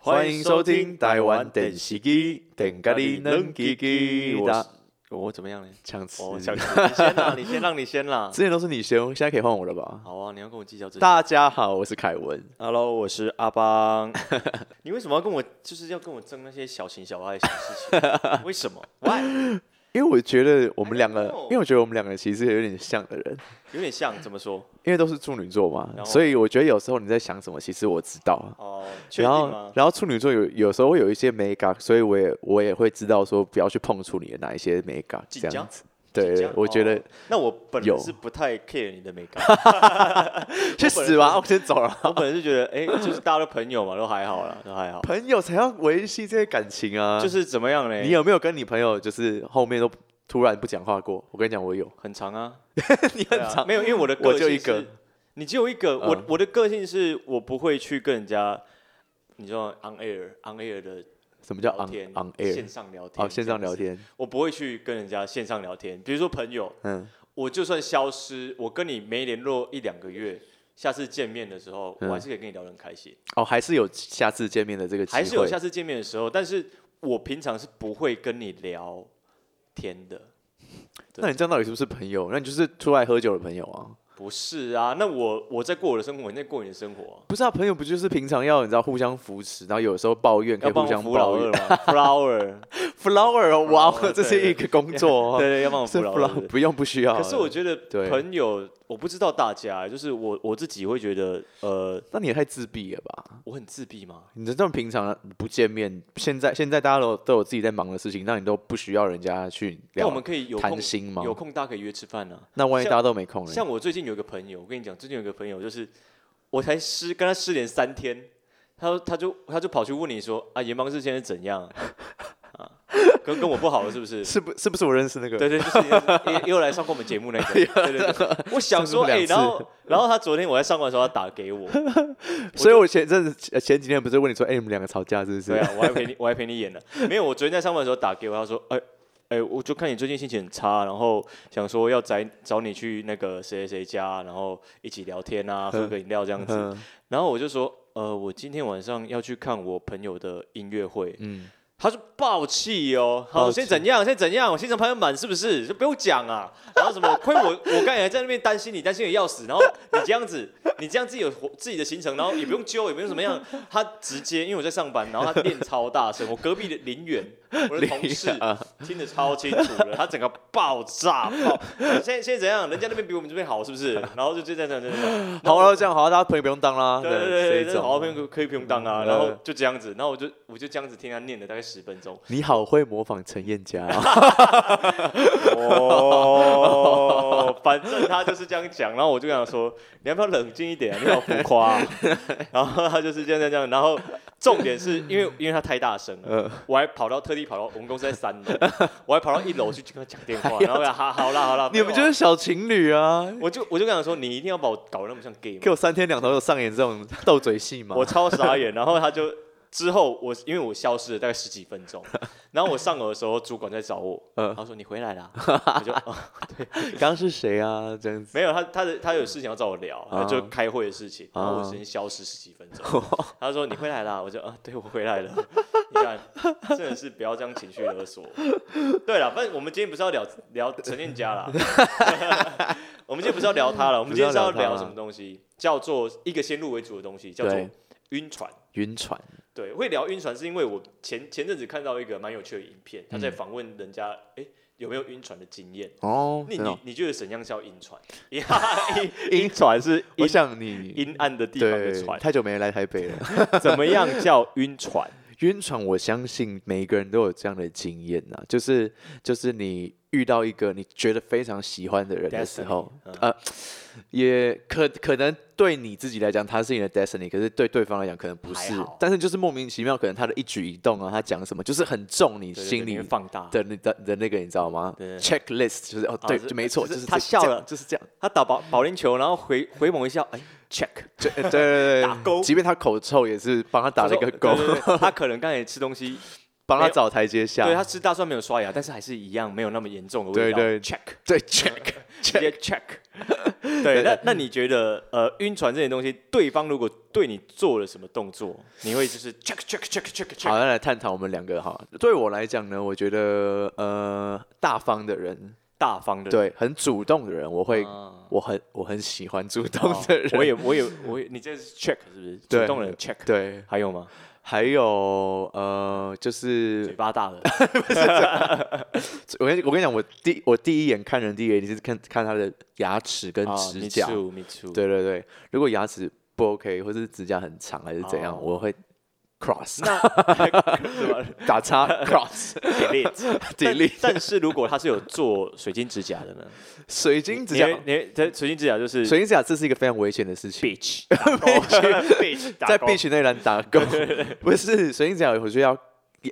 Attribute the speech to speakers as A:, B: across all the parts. A: 欢迎收听台湾电视机电咖喱冷叽叽。我是我怎么样呢？抢词。
B: 哦，小你先 啦，你先让你先啦。
A: 之前都是你凶，现在可以换我了吧？
B: 好啊，你要跟我计较这些。
A: 大家好，我是凯文。
B: Hello，我是阿邦。 你为什么要跟我，就是要跟我争那些小情小爱的小事情？为 什么？Why？
A: 因为我觉得我们两个
B: I don't know，
A: 因为我觉得我们两个其实有点像的人，
B: 有点像，怎么说？
A: 因为都是处女座嘛，
B: 然后
A: 所以我觉得有时候你在想什么，其实我知道啊。
B: 哦，确
A: 然
B: 定
A: 后
B: 吗，？
A: 然后处女座有有时候会有一些美感，所以我也我也会知道说不要去碰触你的哪一些美感，
B: 紧
A: 这样
B: 张
A: 子。
B: 紧
A: 对
B: 张，
A: 我觉得
B: 哦那我本
A: 有
B: 人是不太 care 你的美感，
A: 去死吧！我先走了。
B: 我本人是觉得，哎，就是大家都朋友嘛，都还好啦，都还 好。
A: 朋友才要维系这些感情啊。
B: 就是哎怎么样呢？
A: 你有没有跟你朋友就是后面都突然不讲话过？我跟你讲，我有。
B: 很长啊，
A: 你
B: 对
A: 很
B: 啊
A: 长，
B: 没有，因为我的
A: 我
B: 个
A: 就
B: 性
A: 一个
B: 是，你只有一个，我
A: 嗯
B: 我的个性是我不会去跟人家，你知道 on air on air 的
A: 什么叫
B: 聊
A: on
B: 天
A: on
B: 线
A: air？
B: 上聊天
A: 哦，线上
B: 这样
A: 聊
B: 子，
A: 天，
B: 我不会去跟人家线上聊天，比如说朋友，
A: 嗯，
B: 我就算消失，我跟你没联络一两个月。下次见面的时候，我
A: 嗯
B: 还是可以跟你聊得很开心，
A: 哦，还是有下次见面的这个机
B: 还是有
A: 会。
B: 下次见面的时候，但是我平常是不会跟你聊天的。对
A: 那你这样到底是不是朋友？那你就是出来喝酒的朋友啊？
B: 不是啊，那我我在过我的生活，你在过你的生活啊、
A: 不是啊，朋友不就是平常要你知道互相扶持，然后有时候抱怨可
B: 要
A: 以
B: 帮
A: 互
B: 我
A: 相
B: 扶老
A: 抱
B: 二
A: 怨。
B: 吗 ？Flower，
A: flower，哦哇哦，
B: Flower，
A: 这是一
B: 对
A: 个工作
B: 对
A: 哦，
B: 对，要帮我
A: 是
B: 扶老二。
A: flower，不用不需要。
B: 可是我，觉得
A: 对
B: 朋友，我不知道大家，就是我我自己会觉得，呃，
A: 那你也太自闭了吧？
B: 我很自闭吗？
A: 你这种平常不见面，现在现在大家都都有自己在忙的事情，那你都不需要人家去
B: 那
A: 聊
B: 我们可以有空
A: 谈心吗？
B: 有空大家可以约吃饭啊。
A: 那万一
B: 像
A: 大家都没空呢？
B: 像我最近有一个朋友，我跟你讲，最近有一个朋友就是，我才失跟他失联三天，他他就他就跑去问你说啊，严邦志先生怎样啊？跟跟我不好了是不是？
A: 是不是不是我认识那个？
B: 对对，就是也也有来上过我们节目那个， 对对对。我想说，
A: 上次
B: 哎、
A: 两次
B: 然后然后他昨天我在上班的时候，他打给 我，
A: 所以我前阵子呃前几天不是问你说，哎、你们两个吵架是不是？
B: 对啊，我还陪你，我还陪你演呢。没有，我昨天在上班的时候打给我，他说，哎、哎、我就看你最近心情很差，然后想说要找找你去那个谁谁谁家，然后一起聊天啊，喝个饮料这样子。
A: 嗯
B: 然后我就说，呃，我今天晚上要去看我朋友的音乐会。
A: 嗯，
B: 他说爆气哦，好，
A: 爆
B: 现在
A: 气
B: 怎样？现在怎样？我现场排行满是不是？就不用讲啊。然后什么？亏我，我刚才还在那边担心你，担心的要死。然后你这样子，你这样自己有活自己的行程，然后也不用揪，也不用怎么样。他直接，因为我在上班，然后他练超大声，我隔壁的林远，我的同事
A: 林啊
B: 听得超清楚了，他整个爆炸爆。现在现在怎样？人家那边比我们这边好是不是？然后就就这样这样这样。这样
A: 好了，这样好啊，大家朋友不用当啦。
B: 对对对
A: 这
B: 对，
A: 一
B: 这
A: 种
B: 好朋友可以不用当啊，
A: 啊嗯
B: 然后就这样子，然后我就我就这样子听他念了大概十分钟。
A: 你好会模仿陈啊燕佳、
B: 哦， 反正他就是这样讲，然后我就跟他说，你要不要冷静一点、啊？你好浮夸、 啊。然后他就是这样这样这样，然后重点是因为因为他太大声了，
A: 嗯
B: 我还跑到特地跑到我们公司在三 楼，我还跑到一楼去跟他讲电话，然后他 好啦好啦，
A: 哎你们
B: 没
A: 就
B: 有啊
A: 是小情侣啊！
B: 我就我就跟他说，你一定要把我搞得那么像 gay 吗
A: 给？我三天两头有上演这种斗嘴戏嘛？
B: 我超傻眼，然后他就之后我因为我消失了大概十几分 钟，然后我上楼的时候主管在找我，
A: 嗯
B: 他说你回来 啦，我就、哦、
A: 刚刚是谁啊？这样子，
B: 没有他他的他有事情要找我聊，
A: 啊
B: 就开会的事情，然后我
A: 啊
B: 先消失十几分钟， 他说你回来啦，我就啊对我回来了，你看真的是不要这样情绪勒索。对了，反正我们今天不是要聊聊陈念佳 啦，我们今天不是要聊他了，我们今天是要
A: 不是要聊
B: 聊
A: 他
B: 什么东西？叫做一个先入为主的东西，叫做
A: 对
B: 晕船。
A: 晕船，
B: 对，会聊晕船是因为我前前阵子看到一个蛮有趣的影片，
A: 嗯
B: 他在访问人家，哎、有没有晕船的经验？
A: 哦，
B: 你
A: 真的
B: 你
A: 哦
B: 你觉得怎样叫晕 船？晕晕船是
A: 我
B: 阴
A: 想你
B: 阴暗的地方
A: 对，
B: 的船，
A: 太久没来台北了。
B: 怎么样叫晕船？
A: 晕船，我相信每一个人都有这样的经验呐、就是就是你遇到一个你觉得非常喜欢的人的时候
B: Destiny，嗯
A: 呃，也可可能对你自己来讲他是你的 destiny，可是对对方来讲可能不是
B: 还好，
A: 但是就是莫名其妙，可能他的一举一动啊，他讲什么，就是很中你
B: 对对对
A: 心
B: 你
A: 里
B: 会放大。
A: 的那的的那个，你知道吗
B: 对对
A: ？checklist 就是哦，
B: 啊
A: 对，
B: 是
A: 就没错，
B: 就是
A: 就是
B: 他
A: 这这
B: 笑
A: 样
B: 了
A: 就是这样，
B: 他打保保龄球，然后回回眸一笑，哎，check，
A: 就对对对，
B: 打勾
A: 即便他口臭，也是帮 他打了一个勾
B: 他，说对对对他可能刚才吃东 西，
A: 帮他
B: 没有
A: 找台阶下。
B: 对他吃大蒜没有刷牙，但是还是一样没有那么严重的味
A: 对
B: 道。
A: 对
B: check，
A: 对 check
B: 直
A: check 嗯
B: 接 check。对，那那你觉得呃，晕船这些东西，对方如果对你做了什么动作，你会就是 check check check check
A: 好，
B: check？
A: 那来探讨我们两个哈。对我来讲呢，我觉得呃，大方的人，
B: 大方的，
A: 对，很主动的人，我会，
B: 啊，
A: 我很我很喜欢主动
B: 好
A: 的人。
B: 我也我也我也，你这是 check 是不是？
A: 对
B: 主动人 check，
A: 对，
B: 还有吗？
A: 还有呃，就
B: 嘴
A: 是
B: 巴大 的，
A: 我跟我跟你讲，我第我第一眼看人第一眼就是看看他的牙齿跟
B: 啊
A: 指甲。
B: me too me too，
A: 对对对，如果牙齿不 OK，或是指甲很长还是怎样，
B: 哦
A: 我会 cross
B: 那是吧
A: 打 叉 cross
B: ？delete。
A: delete
B: 但但是如果他是有做水晶指甲的呢？
A: 水晶指
B: 你
A: 甲。
B: 会你会这水晶指甲就是
A: 水晶指甲这是一个非常危险的事情，
B: beach，beach
A: 在 beach 那栏打勾， 不是水晶指甲，我觉得要，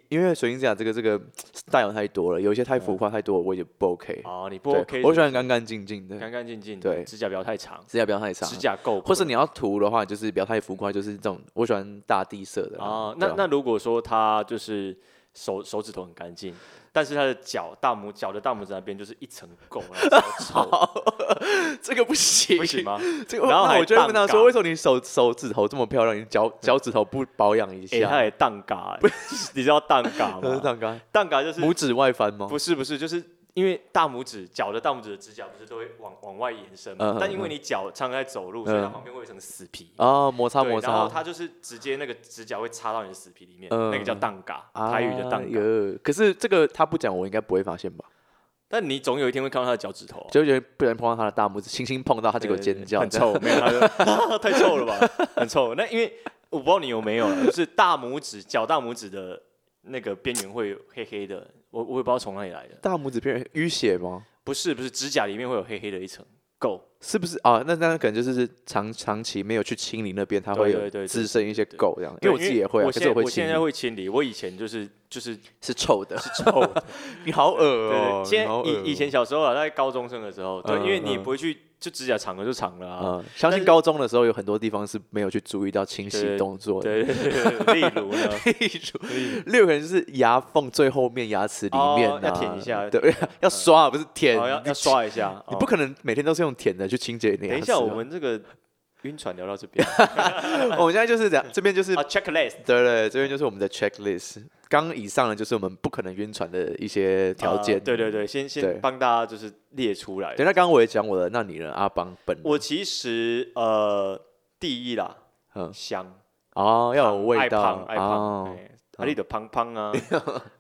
A: 因为水晶指甲这个这个 style 太多了，有一些太浮夸太多，我也不 OK。
B: 哦，你不
A: 对
B: OK，
A: 我喜欢干干净净的，
B: 干干净净，
A: 对
B: 指甲不要太长，
A: 指甲不要太长
B: 指，甲够，
A: 或是你要涂的话，就是不要太浮夸，就是这种我喜欢大地色的啦
B: 啊，
A: 对
B: 那那如果说他就是手手指头很干净，但是他的脚大拇脚的大拇指那边就是一层 垢，然后超臭，
A: 这个不行，
B: 不行吗？
A: 这个，
B: 然后
A: 那
B: 还
A: 我就会问他
B: 荡
A: 说，
B: 嘎
A: 为什么你手手指头这么漂亮，你脚脚趾头不保养一
B: 哎，
A: 下？
B: 他也荡嘎，你知道荡嘎
A: 这是
B: 吗？
A: 蛋糕，
B: 荡嘎就是
A: 拇指外翻吗？
B: 不是不是，就是因为大拇指脚的大拇指的指甲不是都会往往外延伸嘛
A: 嗯嗯，
B: 但因为你脚常常在走路，所以它
A: 嗯
B: 旁边会有一层死皮。
A: 啊，摩擦
B: 对
A: 摩
B: 然后
A: 擦，
B: 它就是直接那个指甲会插到你的死皮里面，
A: 嗯
B: 那个叫荡嘎，
A: 啊
B: 台语的荡嘎。
A: 哟可是这个他不讲，我应该不会发现吧？但
B: 但你总有一天会看到他的脚趾头啊、
A: 就觉得不然碰到他的大拇指，轻轻碰到他
B: 这
A: 就
B: 个
A: 给我尖叫，
B: 很
A: 这样
B: 臭，没有，他就啊太臭了吧，很臭。那因为我不知道你有没有啊，就是大拇指、脚大拇指的那个边缘会有黑黑的，我我也不知道从哪里来的，
A: 大拇指变成淤血吗？
B: 不是不是，指甲里面会有黑黑的一层垢，
A: 是不是啊？那那可能就是长长期没有去清理那边，它
B: 对
A: 会
B: 对
A: 有
B: 对
A: 滋生一些垢这样。因为我自己也会啊，
B: 我
A: 可
B: 现
A: 是
B: 在
A: 我会
B: 我
A: 清
B: 现在
A: 理，
B: 会清理，我以前就是就是
A: 是 臭的。
B: 是臭 的，
A: 你好恶
B: 对
A: 哦
B: 对，！现
A: 你
B: 在
A: 好恶
B: 以以前小时候啊，在高中生的时候，对，
A: 嗯
B: 因为你也
A: 嗯
B: 不会去，就指甲长了就长了啊，
A: 啊，相
B: 但
A: 信
B: 是
A: 高中的时候有很多地方是没有去注意到清洗
B: 对
A: 动作的。
B: 对 对对，对例如呢，例
A: 例如可能就是牙缝最后面牙齿里面
B: 哦
A: 啊
B: 要舔一下
A: 对， 要刷不是舔
B: 如，哦要要刷一下，
A: 你
B: 哦
A: 不可能每天都是用舔的去清洁
B: 等
A: 你的牙
B: 一
A: 齿
B: 下，
A: 啊。
B: 我们这个晕船聊到这边啊
A: 我们现在就是这样，
B: 呃
A: 这边
B: 哦
A: 就是
B: ，checklist
A: 对对，这边就是我们的 checklist。刚以上呢，就是我们不可能晕船的一些条件。
B: 啊对对对，先
A: 对
B: 先帮大家就是列出来
A: 对。。那刚刚我也讲我的，那你呢？阿邦本人
B: 我其实呃，第一啦，
A: 嗯
B: 香，
A: 哦，要有味
B: 爱胖
A: 道
B: 爱胖，
A: 哦。
B: 哎啊你的胖胖 啊，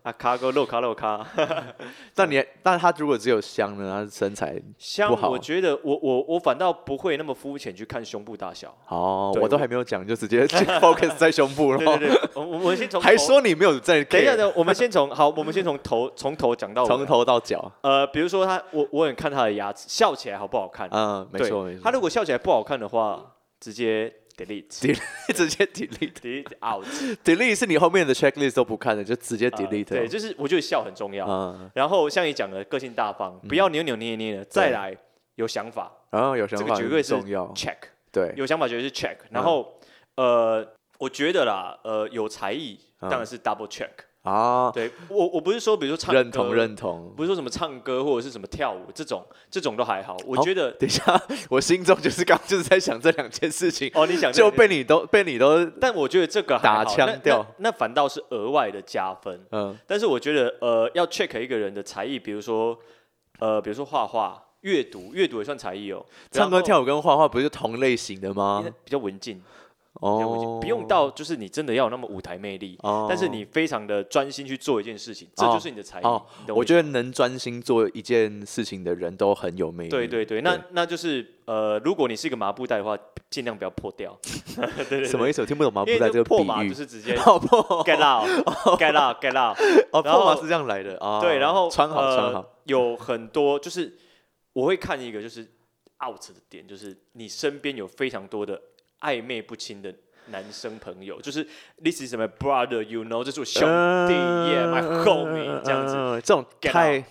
B: 啊卡哥肉卡肉卡，哎
A: 但你但他如果只有香呢，他身材
B: 香
A: 不好
B: 我觉得我我我反倒不会那么肤浅去看胸部大 小。
A: 哦，
B: 对
A: 我都
B: 我
A: 还没有讲，就直接 focus 在胸部
B: 对
A: 了。
B: 对对，我我们先从
A: 还
B: 头，
A: 说你没有在
B: 等一下
A: care
B: 等一下，我们先从好，我们先从头从头讲到尾
A: 从头到脚，
B: 呃，比如说他，我我很看他的牙齿，笑起来好不好看？
A: 嗯，没
B: 对
A: 错没
B: 他
A: 错，
B: 如果笑起来不好看的话，直接 delete。
A: 直接 delete
B: delete out，
A: delete 是你后面的 checklist 都不看的，就直接
B: 呃
A: delete
B: 对，
A: 了。
B: 就是我觉得笑很重要。
A: 嗯，
B: 然后像你讲的，个性大方，不要扭扭捏捏的。再来，有想法
A: 然后有想
B: 这个
A: 法
B: 绝
A: 很
B: 对是
A: 重要，哎嗯
B: check，
A: 对，
B: 有想法绝对是 check。然后呃，我觉得啦，呃，有才艺
A: 嗯
B: 当然是 double check。
A: 啊，
B: 对我我不是说，比如说唱歌
A: 认同，认同。
B: 不是说什么唱歌或者是什么跳舞这种，这种都还
A: 哦
B: 好。我觉得
A: 等一下，我心中就是刚就是在想这两件事情，
B: 哦，你想
A: 就
B: 这个
A: 被你都被你都
B: 但我觉得这个还
A: 打
B: 好
A: 枪
B: 那那
A: 掉
B: 那反倒是额外的加分。
A: 嗯
B: 但是我觉得呃，要 check 一个人的才艺，比如说呃，比如说画画、阅读，阅读也算才艺哦。
A: 唱歌、
B: 舞
A: 跳舞跟画画不是同类型的吗？
B: 比较文静，比较文静
A: 哦，
B: 不用到就是你真的要有那么舞台魅力，
A: 哦，
B: 但是你非常的专心去做一件事情，这
A: 哦
B: 就是你的才艺。
A: 哦
B: 你懂
A: 我
B: 我
A: 觉得能专心做一件事情的人都很有魅力。
B: 得对对对，那那就是呃，如果你是一个麻布袋的话，尽量不要破掉。 对对对，
A: 什么意思？我听不懂麻布
B: 因
A: 袋
B: 为
A: 这
B: 就
A: 个比
B: 破马就
A: 喻。
B: 是直接
A: 好破
B: get out，get out，get out。
A: 哦，
B: 然
A: 破马
B: 后
A: 是这样来的啊。
B: 对，然后
A: 穿好穿好
B: 呃，有很多就是我会看一个就是 out 的点，就是你身边有非常多的暧昧不清的男生朋友，就是 this is my brother you know，这是我兄弟
A: 呃
B: 耶、yeah, my homie 这样子。
A: 嗯这种
B: Get
A: 太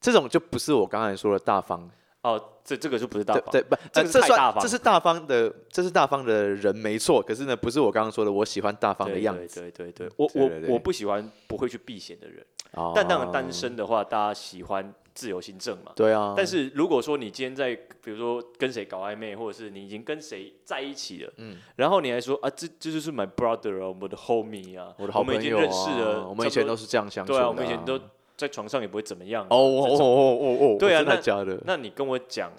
A: 这种就不是我刚才说的大方，
B: 哦，这这个就不是大方，呃
A: 对对不，
B: 这
A: 这个
B: 个
A: 这
B: 太大
A: 算
B: 方
A: 这是大方的，这是大方的人没错。可是呢，不是我刚刚说的我喜欢大方的
B: 对
A: 样
B: 对
A: 子。嗯
B: 对对对，我
A: 对对对
B: 我我不喜欢不会去避嫌的人，
A: 哦
B: 但当然单身的话，大家喜欢自由行政嘛。
A: 对啊，
B: 但是如果说你今天在，比如说跟谁搞暧昧，或者是你已经跟谁在一起了，
A: 嗯
B: 然后你还说啊，这这就是 my brother 啊，我的 homie 啊，
A: 我的好朋
B: 们已经
A: 友
B: 认识了，
A: 啊，我们以前都
B: 是
A: 是这样相处
B: 对
A: 的、
B: 啊，我们以前都在床上也不会怎么样。
A: 哦哦哦哦哦哦，
B: 对啊
A: 真的
B: 那
A: 假的？
B: 那你跟我讲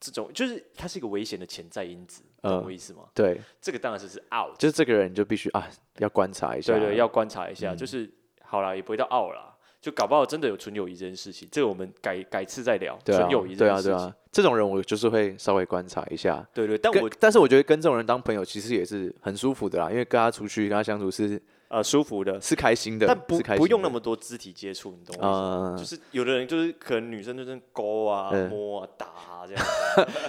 B: 这种，就是它是一个危险的潜在因子，
A: 嗯
B: 懂我意思吗？
A: 对，
B: 这个当然是是 out，
A: 就是啊这个人就必须啊，要观察一下，
B: 对对，要观察一
A: 嗯
B: 下，就是好啦，也不会到 out 啦，就搞不好真的有纯友谊这件事情，这个我们改改次再聊，
A: 对啊
B: 纯友谊这
A: 对
B: 件
A: 啊
B: 事
A: 对
B: 情，
A: 啊，这种人我就是会稍微观察一下。
B: 对对，但
A: 跟
B: 我
A: 但是我觉得跟这种人当朋友其实也是很舒服的啦，因为跟他出去跟他相处是
B: 呃舒服的，
A: 是开心的，
B: 但不
A: 是开心的
B: 不用那么多肢体接触，你懂我意思吗？
A: 嗯，
B: 就是有的人就是可能女生就是勾啊、
A: 嗯
B: 摸啊、打啊 这样，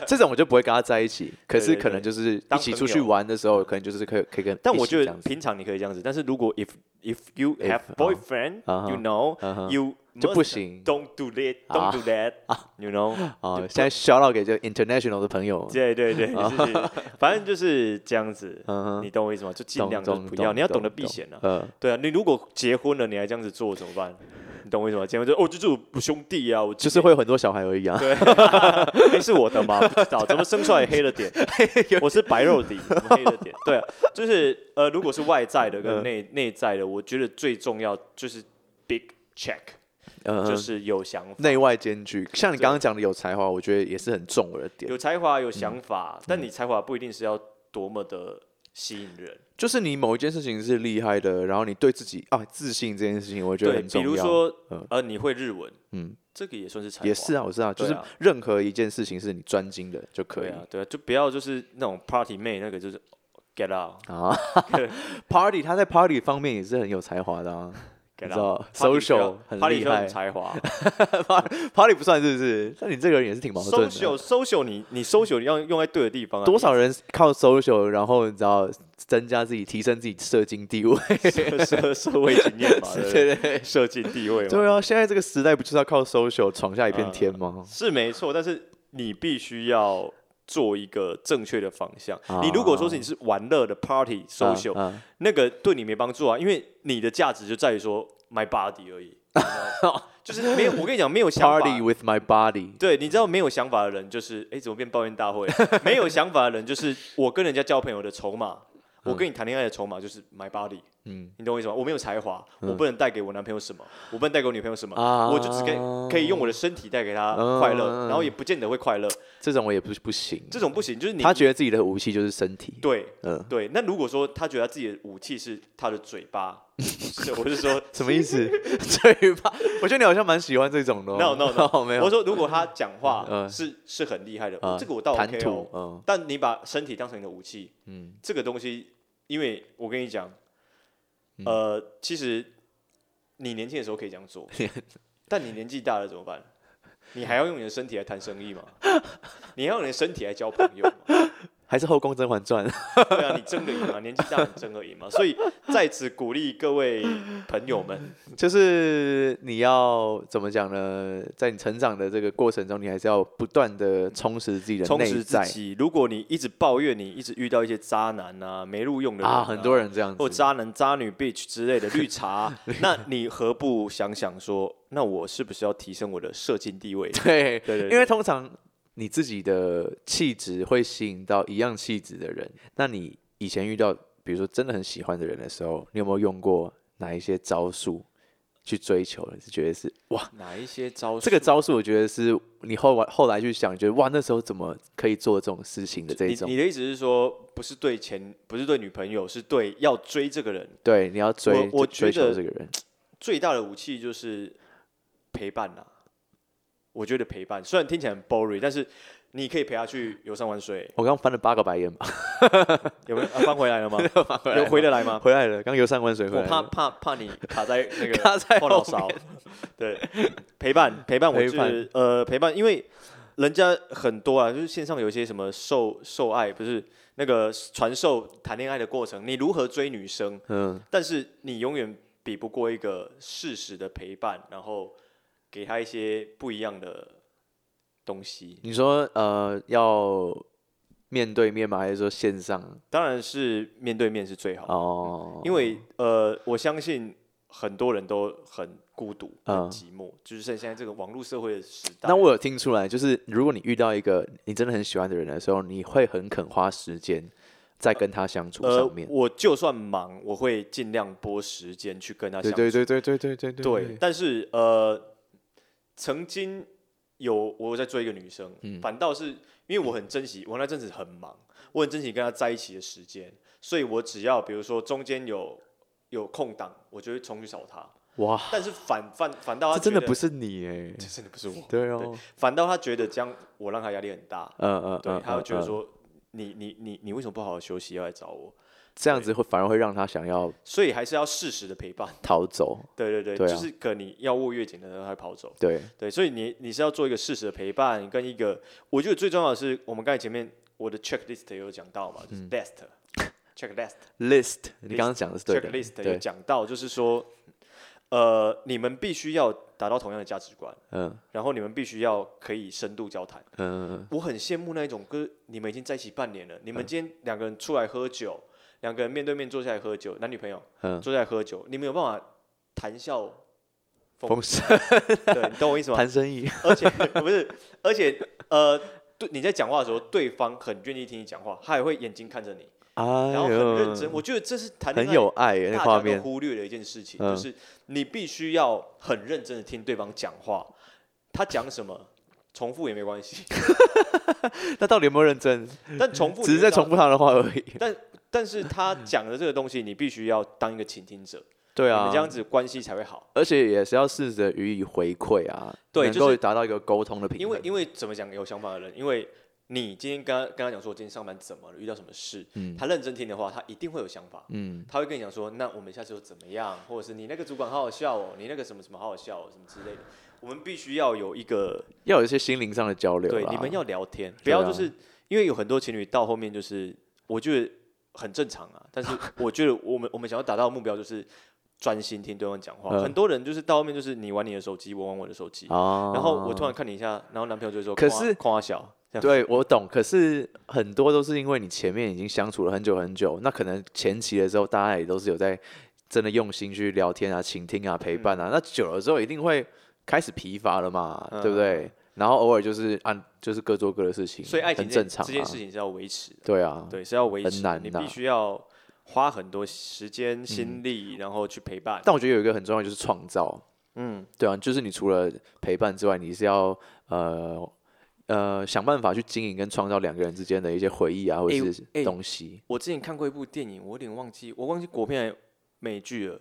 A: 这种我就不会跟他在一起，可是
B: 对对
A: 可能就是一
B: 当
A: 起
B: 朋
A: 出去
B: 友嗯
A: 玩的时候，可能就是可以可以跟，
B: 但
A: 一
B: 我
A: 起
B: 觉
A: 这
B: 得
A: 样子
B: 平常你可以这样子，但是如果 if if you
A: If-
B: have
A: 啊
B: boyfriend,
A: 啊哈
B: you know,
A: 嗯哼
B: you
A: 就不
B: must
A: 行
B: Don't do that,
A: 啊
B: don't do that, you know？
A: 啊
B: 就。
A: 现在 shout out 给这个 international 的朋友，
B: 对对对， 就是反正就是这样子，
A: 嗯哼
B: 你懂我意思吗？就尽
A: 懂
B: 量就是
A: 懂
B: 不要，你要懂得
A: 懂
B: 避嫌啊。
A: 呃，
B: 对啊，你如果结婚了，你还这样子做怎么办？你懂我意思吗？结婚就哦，就是我兄弟啊，我
A: 就是会有很多小孩而已啊。
B: 对， 哎、是我的吗？不知道，怎么生出来黑了 点？我是白肉底，怎么黑了点？对啊，就是呃，如果是外在的跟
A: 嗯
B: 内内在的，我觉得最重要就是 big check，、
A: 嗯
B: 就
A: 哼，
B: 是有想法、
A: 内外兼具。像你刚刚讲的有才华，我觉得也是很重我的点，
B: 有才华、有想法，
A: 嗯
B: 但你才华不一定是要多么的吸引人。
A: 就是你某一件事情是厉害的，然后你对自己啊自信这件事情，我觉得
B: 对，
A: 很
B: 比
A: 重要。
B: 如说
A: 嗯
B: 呃，你会日文，
A: 嗯，
B: 这个也算是才华，
A: 也是啊，我知道，就
B: 对
A: 是
B: 啊
A: 任何一件事情是你专精的就可
B: 对
A: 以
B: 啊，对啊，就不要就是那种 party 妹那个就是 get out，get
A: 啊。party，他在 party 方面也是很有才华的啊，你知
B: out
A: 道。
B: party 需
A: social
B: 要
A: 很
B: party
A: 厉
B: 需要
A: 害
B: 有才华，
A: party 不算是不是？但你这个人也是挺矛盾的。
B: social social 你你 social 你要用在对的地方啊，
A: 多少人靠 social，然后你知道增加自己、提升自己社经地位？
B: 社社社会经验 嘛，对不对
A: 对对
B: 社经地位嘛，
A: 对啊！现在这个时代不就是要靠 social 闯下一片天吗？
B: 是没错，但是你必须要做一个正确的方向
A: 啊。
B: 你如果说是你是玩乐的 party
A: 啊
B: social，
A: 啊
B: 那个对你没帮助啊，因为你的价值就在于说 my body 而已，你知 道吗就是没有。我跟你讲，没有想法。
A: ，party with my body，
B: 对，你知道没有想法的人就是，哎，怎么变抱怨大会？没 有想法的人就是我跟人家交朋友的筹码，我跟你谈恋爱的筹码就是 my body。
A: 嗯，
B: 你懂我意思吗？我没有才华，我不能带给我男朋友什么，我不能带给我女朋友什么，
A: 啊
B: 我就只给可以用我的身体带给她快乐，
A: 嗯
B: 然后也不见得会快乐，
A: 这种我也不是不行。
B: 这种不行。就是你
A: 他觉得自己的武器就是身体，
B: 对
A: 嗯，
B: 对，那如果说他觉得他自己的武器是他的嘴巴，是我是说
A: 什么意思？ 嘴巴？我觉得你好像蛮喜欢这种的哦。
B: No, no, no
A: 哦没
B: 我
A: 有，
B: 说如果他讲话
A: 嗯
B: 是是很厉害的，
A: 啊
B: 这个我倒
A: 谈
B: OK
A: 吐
B: 哦，，
A: 嗯
B: 但你把身体当成你的武器，
A: 嗯，
B: 这个东西，因为我跟你讲，
A: 嗯
B: 呃，其实你年轻的时候可以这样 做，但你年纪大了怎么办？你还要用你的身体来谈生 意吗？你还要用你的身体来交朋友吗？
A: 还是后宫《甄嬛传》
B: 对啊，你争个赢吗？年纪大你争个赢吗？所以在此鼓励各位朋友 们，
A: 就是你要怎么讲呢？在你成长的这个过程中，你还是要不断的充实自己的
B: 充
A: 内
B: 实自
A: 在
B: 己。如果你一直抱怨，你一直遇到一些渣男啊、没录用的人
A: 啊，很多人这样
B: 或
A: 子。
B: 渣男、渣女、bitch 之类的绿茶，那你何不想想说，那我是不是要提升我的社经地位？ 对
A: 对
B: 对对
A: 因为通常你自己的气质会吸引到一样气质的人。那你以前遇到，比如说真的很喜欢的人的时候，你有没有用过哪一些招数去追求？你是觉得是哇，
B: 哪一些招数？
A: 这个招数我觉得是你后来后来去想，觉得哇，那时候怎么可以做这种事情的这一
B: 你
A: 种？
B: 你的意思是说，不是对前，不是对女朋友，是对要追这个人
A: 对，你要追
B: 我
A: 追
B: 觉得
A: 求这个人。
B: 最大的武器就是陪伴啦、我觉得陪伴虽然听起来很 boring，但是你可以陪他去游山玩水，
A: 我刚翻了八个白眼吧，
B: 有没有、啊、翻回来 了吗？有回得来吗？
A: 回来了，刚游山玩水回
B: 啊我
A: 来
B: 怕
A: 了。
B: 怕怕你卡在那个
A: 卡在
B: 后脑
A: 后
B: 勺， 对，陪伴陪伴，我
A: 陪
B: 就
A: 伴
B: 是呃陪伴，因为人家很多啊，就是线上有一些什么受受爱，不是那个传授谈恋爱的过程，你如何追女生，
A: 嗯，
B: 但是你永远比不过一个适时的陪伴，然后给她一些不一样的东西，
A: 你说呃要面对面吗？还是说线上？
B: 当然是面对面是最好的
A: 哦，
B: 因为呃，我相信很多人都很孤独、很
A: 嗯
B: 寂寞，就是在现在这个网络社会的时代。
A: 那我有听出来，就是如果你遇到一个你真的很喜欢的人的时候，你会很肯花时间在跟他相处
B: 呃
A: 上面，。
B: 我就算忙，我会尽量拨时间去跟他相
A: 对
B: 处。
A: 对对对对对对对
B: 对，但是呃，曾经有我有在追一个女生，
A: 嗯
B: 反倒是因为我很珍惜，我那阵子很忙，我很珍惜跟她在一起的时间，所以我只要比如说中间有有空档，我就会冲去找她。
A: 哇，
B: 但是反反反倒她
A: 这真的
B: 觉得
A: 不，是你哎，
B: 这真的不是我，
A: 对哦，
B: 反倒她觉得这样我让她压力很大，
A: 嗯嗯
B: 对，
A: 嗯，
B: 她会觉得
A: 嗯嗯
B: 说。你你你你为什么不好好休息要来找我？
A: 这样子会反而会让他想要
B: 所以还是要适时的陪伴。
A: 逃走，
B: 对对对，
A: 对啊
B: 就是可能你要握越紧的人，他会跑走。
A: 对，
B: 对，所以你你是要做一个适时的陪伴，跟一个我觉得最重要的是，我们刚才前面我的 checklist 也有讲到嘛，就是
A: 嗯
B: best、checklist
A: list，你刚刚讲的 是对的
B: checklist 有
A: 对，
B: 讲到，就是说，呃，你们必须要达到同样的价值观，
A: 嗯
B: 然后你们必须要可以深度交谈。
A: 嗯
B: 我很羡慕那一种，就是你们已经在一起半年了，你们今天两个人出来喝酒，两个人面对面坐下来喝酒，男女朋友
A: 嗯，
B: 坐下来喝酒，你们有办法谈笑风
A: 风生
B: 生，对你懂我意思吗？
A: 谈生意，
B: 而且不是，而且呃，对你在讲话的时候，对方很愿意听你讲话，他也会眼睛看着你，
A: 哎
B: 然后很认真。
A: 呦，
B: 我觉得这是谈恋
A: 很
B: 爱
A: 有爱耶那
B: 大
A: 画
B: 家都
A: 面，
B: 忽略的一件事情，
A: 嗯
B: 就是你必须要很认真的听对方讲话，他讲什么。重复也没关系，
A: 那到底有没有认真？
B: 但重复
A: 只
B: 你就
A: 是在
B: 知道
A: 重复，他的话而已。
B: 但是他讲的这个东西，你必须要当一个倾听者，
A: 对
B: 你
A: 啊
B: 们这，样子关系才会好。
A: 而且也是要试着予以回馈啊，
B: 对
A: 能
B: 就
A: 够
B: 是
A: 达到一个沟通的平衡。
B: 因为因为怎么讲，有想法的人，因为你今天跟他跟他讲说，我今天上班怎么了，遇到什么事，
A: 嗯
B: 他认真听的话，他一定会有想法。
A: 嗯，
B: 他会跟你讲说，那我们下次又怎么样，或者是你那个主管好好笑哦，你那个什么什么好好笑哦，什么之类的。我们必须要有一个
A: 要有一些心灵上的交流
B: 对，
A: 啦
B: 你们要聊天，不
A: 对啊
B: 要就是、因为有很多情侣到后面就是，我觉得很正常 啊。但是我觉得我们我们想要达到的目标就是专心听对方讲话。
A: 嗯
B: 很多人就是到后面就是你玩你的手机，我玩我的手机，
A: 啊。
B: 然后我突然看你一下，然后男朋友就会说，
A: 可
B: 夸
A: 是
B: 夸小这样，
A: 对我懂，可是很多都是因为你前面已经相处了很久很久，那可能前期的时候大家也都是有在真的用心去聊天啊、倾听啊、陪伴啊，那久了之后一定会开始疲乏了嘛，
B: 嗯
A: 对不对？然后偶尔就是按就是各做各的事情，
B: 所以爱情
A: 很
B: 这
A: 正常、啊。
B: 这件事情是要维持的。
A: 对啊，
B: 对，是要维
A: 很
B: 持
A: 难啊
B: 的，你必
A: 呐
B: 须要花很多时间、心力，然后去陪伴。
A: 但我觉得有一个很重要就是创造，
B: 嗯，
A: 对啊，就是你除了陪伴之外，你是要呃呃想办法去经营跟创造两个人之间的一些回忆啊，或者
B: 诶
A: 是
B: 诶
A: 东西。
B: 我之前看过一部电影，我有点忘记，我忘记国片还是美剧了。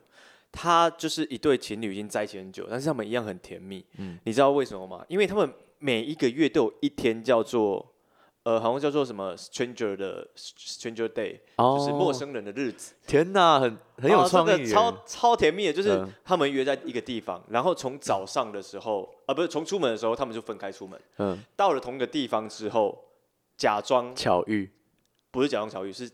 B: 他就是一对情侣已经在一起很久，但是他们一样很甜蜜。
A: 嗯
B: 你知道为什么吗？因为他们每一个月都有一天叫做呃，好像叫做什么 Stranger 的 Stranger Day，、
A: 哦
B: 就是陌生人的日子。
A: 天哪，很很有
B: 啊
A: 创
B: 这
A: 意
B: 个
A: 耶、
B: 超超甜蜜的，就是
A: 嗯
B: 他们约在一个地方，然后从早上的时候，啊，不是从出门的时候，他们就分开出门。
A: 嗯，
B: 到了同一个地方之后，假装
A: 巧遇，
B: 不是假装巧遇，是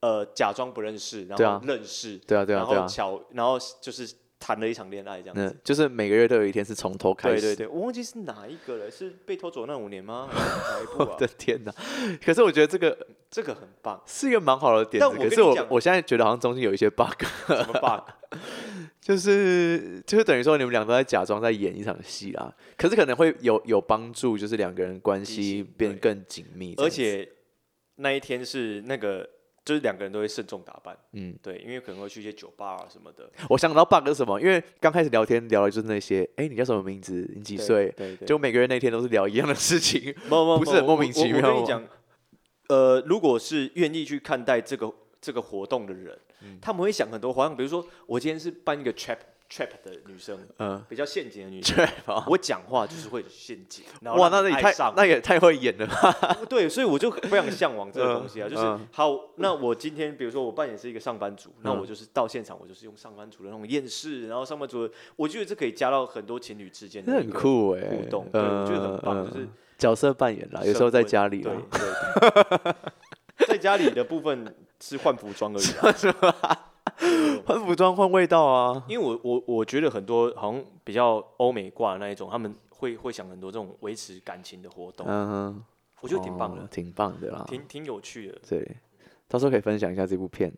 B: 呃假装不认识，然
A: 对啊
B: 后认识，
A: 对啊，对啊，
B: 然
A: 对啊
B: 后，巧，然后就是谈了一场恋爱这样子。
A: 嗯，就是每个月都有一天是从头开
B: 对
A: 始。
B: 对对，我忘记是哪一个了，是被偷走那五年 吗？还是哪一部
A: 我
B: 啊？
A: 的天哪！ 可是我觉得这个
B: 这个很棒，
A: 是一个蛮好的点
B: 但
A: 子，
B: 我
A: 可
B: 跟
A: 是
B: 你
A: 我
B: 讲
A: 我现在觉得好像中间有一些 bug，
B: 什么 bug？
A: 就是就是等于说你们两个都在假装在演一场戏啦，可是可能会有有帮助，就是两个人关
B: 提
A: 系
B: 醒
A: 变
B: 对
A: 更紧密这
B: 而
A: 样子，
B: 且那一天是那个，就是两个人都会慎重打扮，
A: 嗯，
B: 对，因为可能会去一些酒吧啊什么的。
A: 我想到 bug 是什么？因为刚开始聊天聊的就是那些，哎、你叫什么名字？你几
B: 对
A: 岁？
B: 对对，
A: 就每个人那天都是聊一样的 事情，
B: 不不
A: 不是很莫名其妙啊
B: 我我跟
A: 吗
B: 你讲，呃，如果是愿意去看待这个这个活动的人，
A: 嗯
B: 他们会想很多花样，比如说我今天是扮一个 trap trap 的女生，
A: 嗯，
B: 比较陷阱的女生，
A: 对吧？
B: 我讲话就是会陷阱，然后
A: 哇，那
B: 让
A: 那
B: 你
A: 也
B: 爱
A: 太
B: 上
A: 那也太会演了吧？
B: 对，所以我就非常向往这个东西啊，
A: 嗯
B: 就是
A: 嗯
B: 好，那我今天比如说我扮演是一个上班族，那
A: 嗯
B: 我就是到现场，我就是用上班族的那种厌世，然后上班族的，我觉得这可以加到很多情侣之间
A: 那
B: 的一
A: 很
B: 个
A: 酷嗯哎、
B: 互动，对，我觉得很棒，就是。
A: 角色扮演啊啦，有时候在家里啦
B: 对，对，对在家里的部分是换服装而已啊、
A: 换服装换味道啊，
B: 因为我我我觉得很多好像比较欧美挂的那一种，他们会会想很多这种维持感情的活动，
A: 嗯哦哼，
B: 我觉得挺棒的，
A: 哦挺棒的啦，
B: 挺挺有趣的。
A: 对，到时候可以分享一下这部片，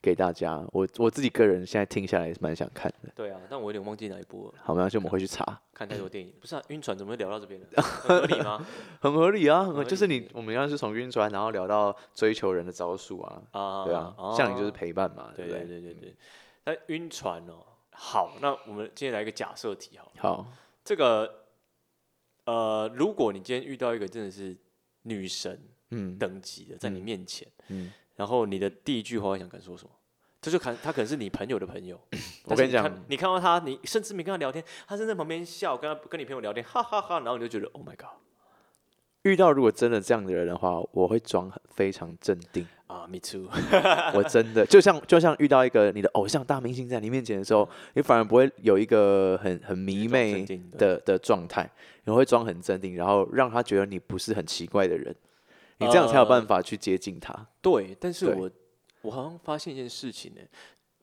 A: 给大家。我我自己个人现在听下来也是蛮想看的。
B: 对啊，但我有点忘记哪一部了，
A: 好，没关系，我们会去查，
B: 看太多电影。不是啊，晕船怎么会聊到这边呢？ 很合理吗？
A: 很合理啊，很
B: 合
A: 合
B: 理
A: 就是你我们刚刚是从晕船，然后聊到追求人的招数啊，
B: 啊，
A: 对啊，像你就是陪伴嘛，
B: 对
A: 不嗯
B: 对对对对。那晕船哦，好，那我们今天来一个假设题好了，
A: 好，
B: 这个呃，如果你今天遇到一个真的是女神
A: 嗯
B: 等级的在你
A: 嗯
B: 面前，
A: 嗯，，
B: 然后你的第一句话会想敢说什么？这就看他可能是你朋友的朋友
A: 我跟
B: 但
A: 你
B: 是
A: 讲
B: 看你看到他，你甚至没跟他聊天，他正在旁边笑，跟他跟你朋友聊天，哈哈哈然后你就觉得 Oh my God
A: 遇到如果真的这样的人的话，我会装很非常镇定。
B: 啊、m e too，
A: 我真的就像就像遇到一个你的偶像大明星在你面前的时候，你反而不会有一个很很迷妹
B: 镇定的
A: 的的状态，你会装很镇定，然后让他觉得你不是很奇怪的人，你这样才有办法去接近他。
B: 对，但是
A: 对
B: 我我好像发现一件事情呢、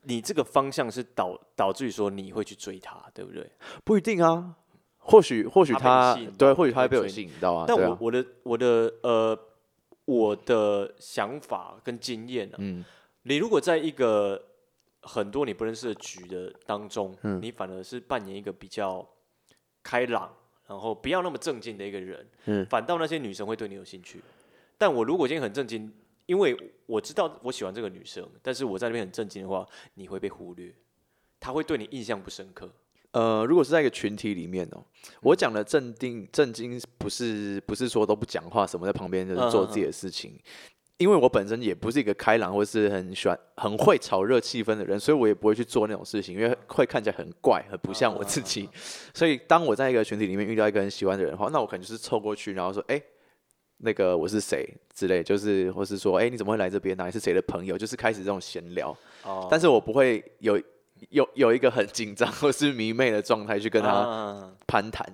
B: 你这个方向是导导致于说你会去追他，对不对？
A: 不一定啊，或许或许
B: 他被
A: 他
B: 你吸引到
A: 对，或许
B: 他
A: 他
B: 会
A: 会被我
B: 追你
A: 吸引到啊，
B: 但
A: 对
B: 我、
A: 啊，
B: 我的我的呃我的想法跟经验啊，
A: 嗯
B: 你如果在一个很多你不认识的局的当中，
A: 嗯
B: 你反而是扮演一个比较开朗，然后不要那么正经的一个人，
A: 嗯
B: 反倒那些女生会对你有兴趣。但我如果今天很正经，因为我知道我喜欢这个女生，但是我在那边很正经的话，你会被忽略，她会对你印象不深刻。
A: 呃，如果是在一个群体里面哦，我讲的镇定、震惊，不是不是说都不讲话，什么在旁边就是做自己的事情。因为我本身也不是一个开朗或是很喜欢、很会炒热气氛的人，所以我也不会去做那种事情，因为会看起来很怪，很不像我自己。 所以当我在一个群体里面遇到一个很喜欢的人的话，那我可能就是凑过去，然后说：“哎、那个我是谁？”之类，就是或是说：“哎、你怎么会来这边、啊？你是谁的朋友？”就是开始这种闲聊。
B: 哦
A: 但是我不会有有有一个很紧张或是迷妹的状态去跟他
B: 啊
A: 攀谈。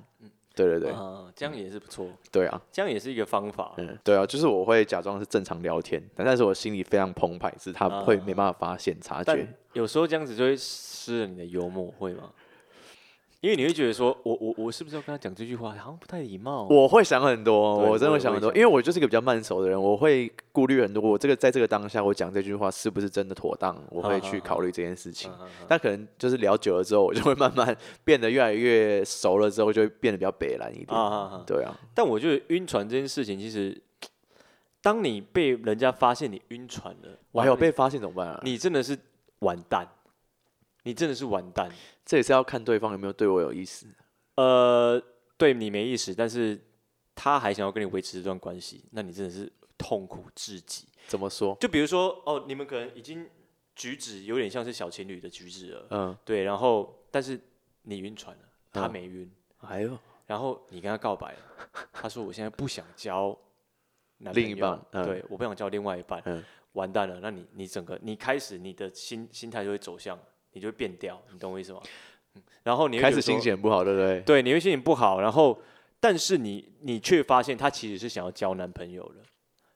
A: 对对对、
B: 啊这样也是不错，
A: 对啊，
B: 这样也是一个方法。
A: 嗯，对啊，就是我会假装是正常聊天，但但是我心里非常澎湃，是他会
B: 啊
A: 没办法发现察觉。
B: 但有时候这样子就会失了你的幽默，会吗？因为你会觉得说，我我我是不是要跟他讲这句话，好像不太礼貌、
A: 我会想很多，
B: 哦对
A: 我真的
B: 我
A: 会
B: 也
A: 想很多，
B: 我
A: 因
B: 也
A: 为我就是一个比较慢熟的人，我会顾虑很多。我这个在这个当下，我讲这句话是不是真的妥当，我会
B: 啊
A: 去
B: 啊啊
A: 考虑这件事情。
B: 啊啊
A: 但可能就是聊久了之后，我就会慢慢变得越来越熟了，之后就会变得比较北蓝一
B: 啊
A: 点。
B: 啊啊！
A: 对啊，
B: 但我觉得晕船这件事情，其实当你被人家发现你晕船了，
A: 我还有被发现怎么办啊？
B: 你真的是完蛋，你真的是完蛋。
A: 这也是要看对方有没有对我有意思。
B: 呃，对你没意思，但是他还想要跟你维持这段关系，那你真的是痛苦至极。
A: 怎么说？
B: 就比如说，哦，你们可能已经举止有点像是小情侣的举止了，
A: 嗯，
B: 对，然后但是你晕船了，他
A: 嗯
B: 没晕，
A: 哎呦，
B: 然后你跟他告白了，他说我现在不想交男
A: 另
B: 朋
A: 一
B: 友
A: 半嗯
B: 对，我不想交另外一半，
A: 嗯
B: 完蛋了，那你你整个你开始你的心心态就会走向，你就会变掉，你懂我意思吗？嗯然后你会
A: 开
B: 觉
A: 始
B: 得
A: 心
B: 说
A: 情很不好，对不对？
B: 对，你会心情不好，然后但是你你却发现他其实是想要交男朋友了，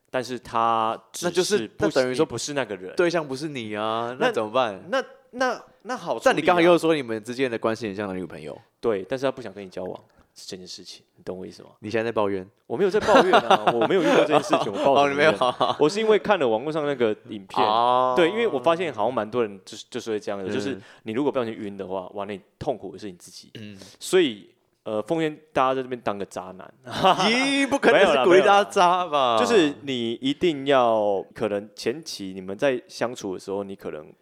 B: 但是他只
A: 那就是
B: 不
A: 那等于说
B: 不是那个人，
A: 对象不是你啊，那
B: 那
A: 怎么办？
B: 那那那好处理啊，
A: 但你刚才又说你们之间的关系很像男女朋友，
B: 对，但是他不想跟你交往是这件事情，你懂我意思吗？
A: 你现在在抱怨？
B: 我没有在抱怨啊，我没有遇到这件事情，我抱什
A: 哦，你
B: 么
A: 没有
B: 怨我是因为看了网络上那个影片，
A: 哦
B: 对，因为我发现好像蛮多人就是就是会这样的，就是
A: 嗯
B: 你如果不小心晕的话，哇，那你痛苦的是你自己，
A: 嗯
B: 所以呃，奉劝大家在这边当个渣男，
A: 啊咦，不可
B: 没
A: 能
B: 有
A: 是
B: 啦
A: 鼓
B: 没
A: 励
B: 有啦
A: 大家渣吧？
B: 就是你一定要可能前期你们在相处的时候，你可能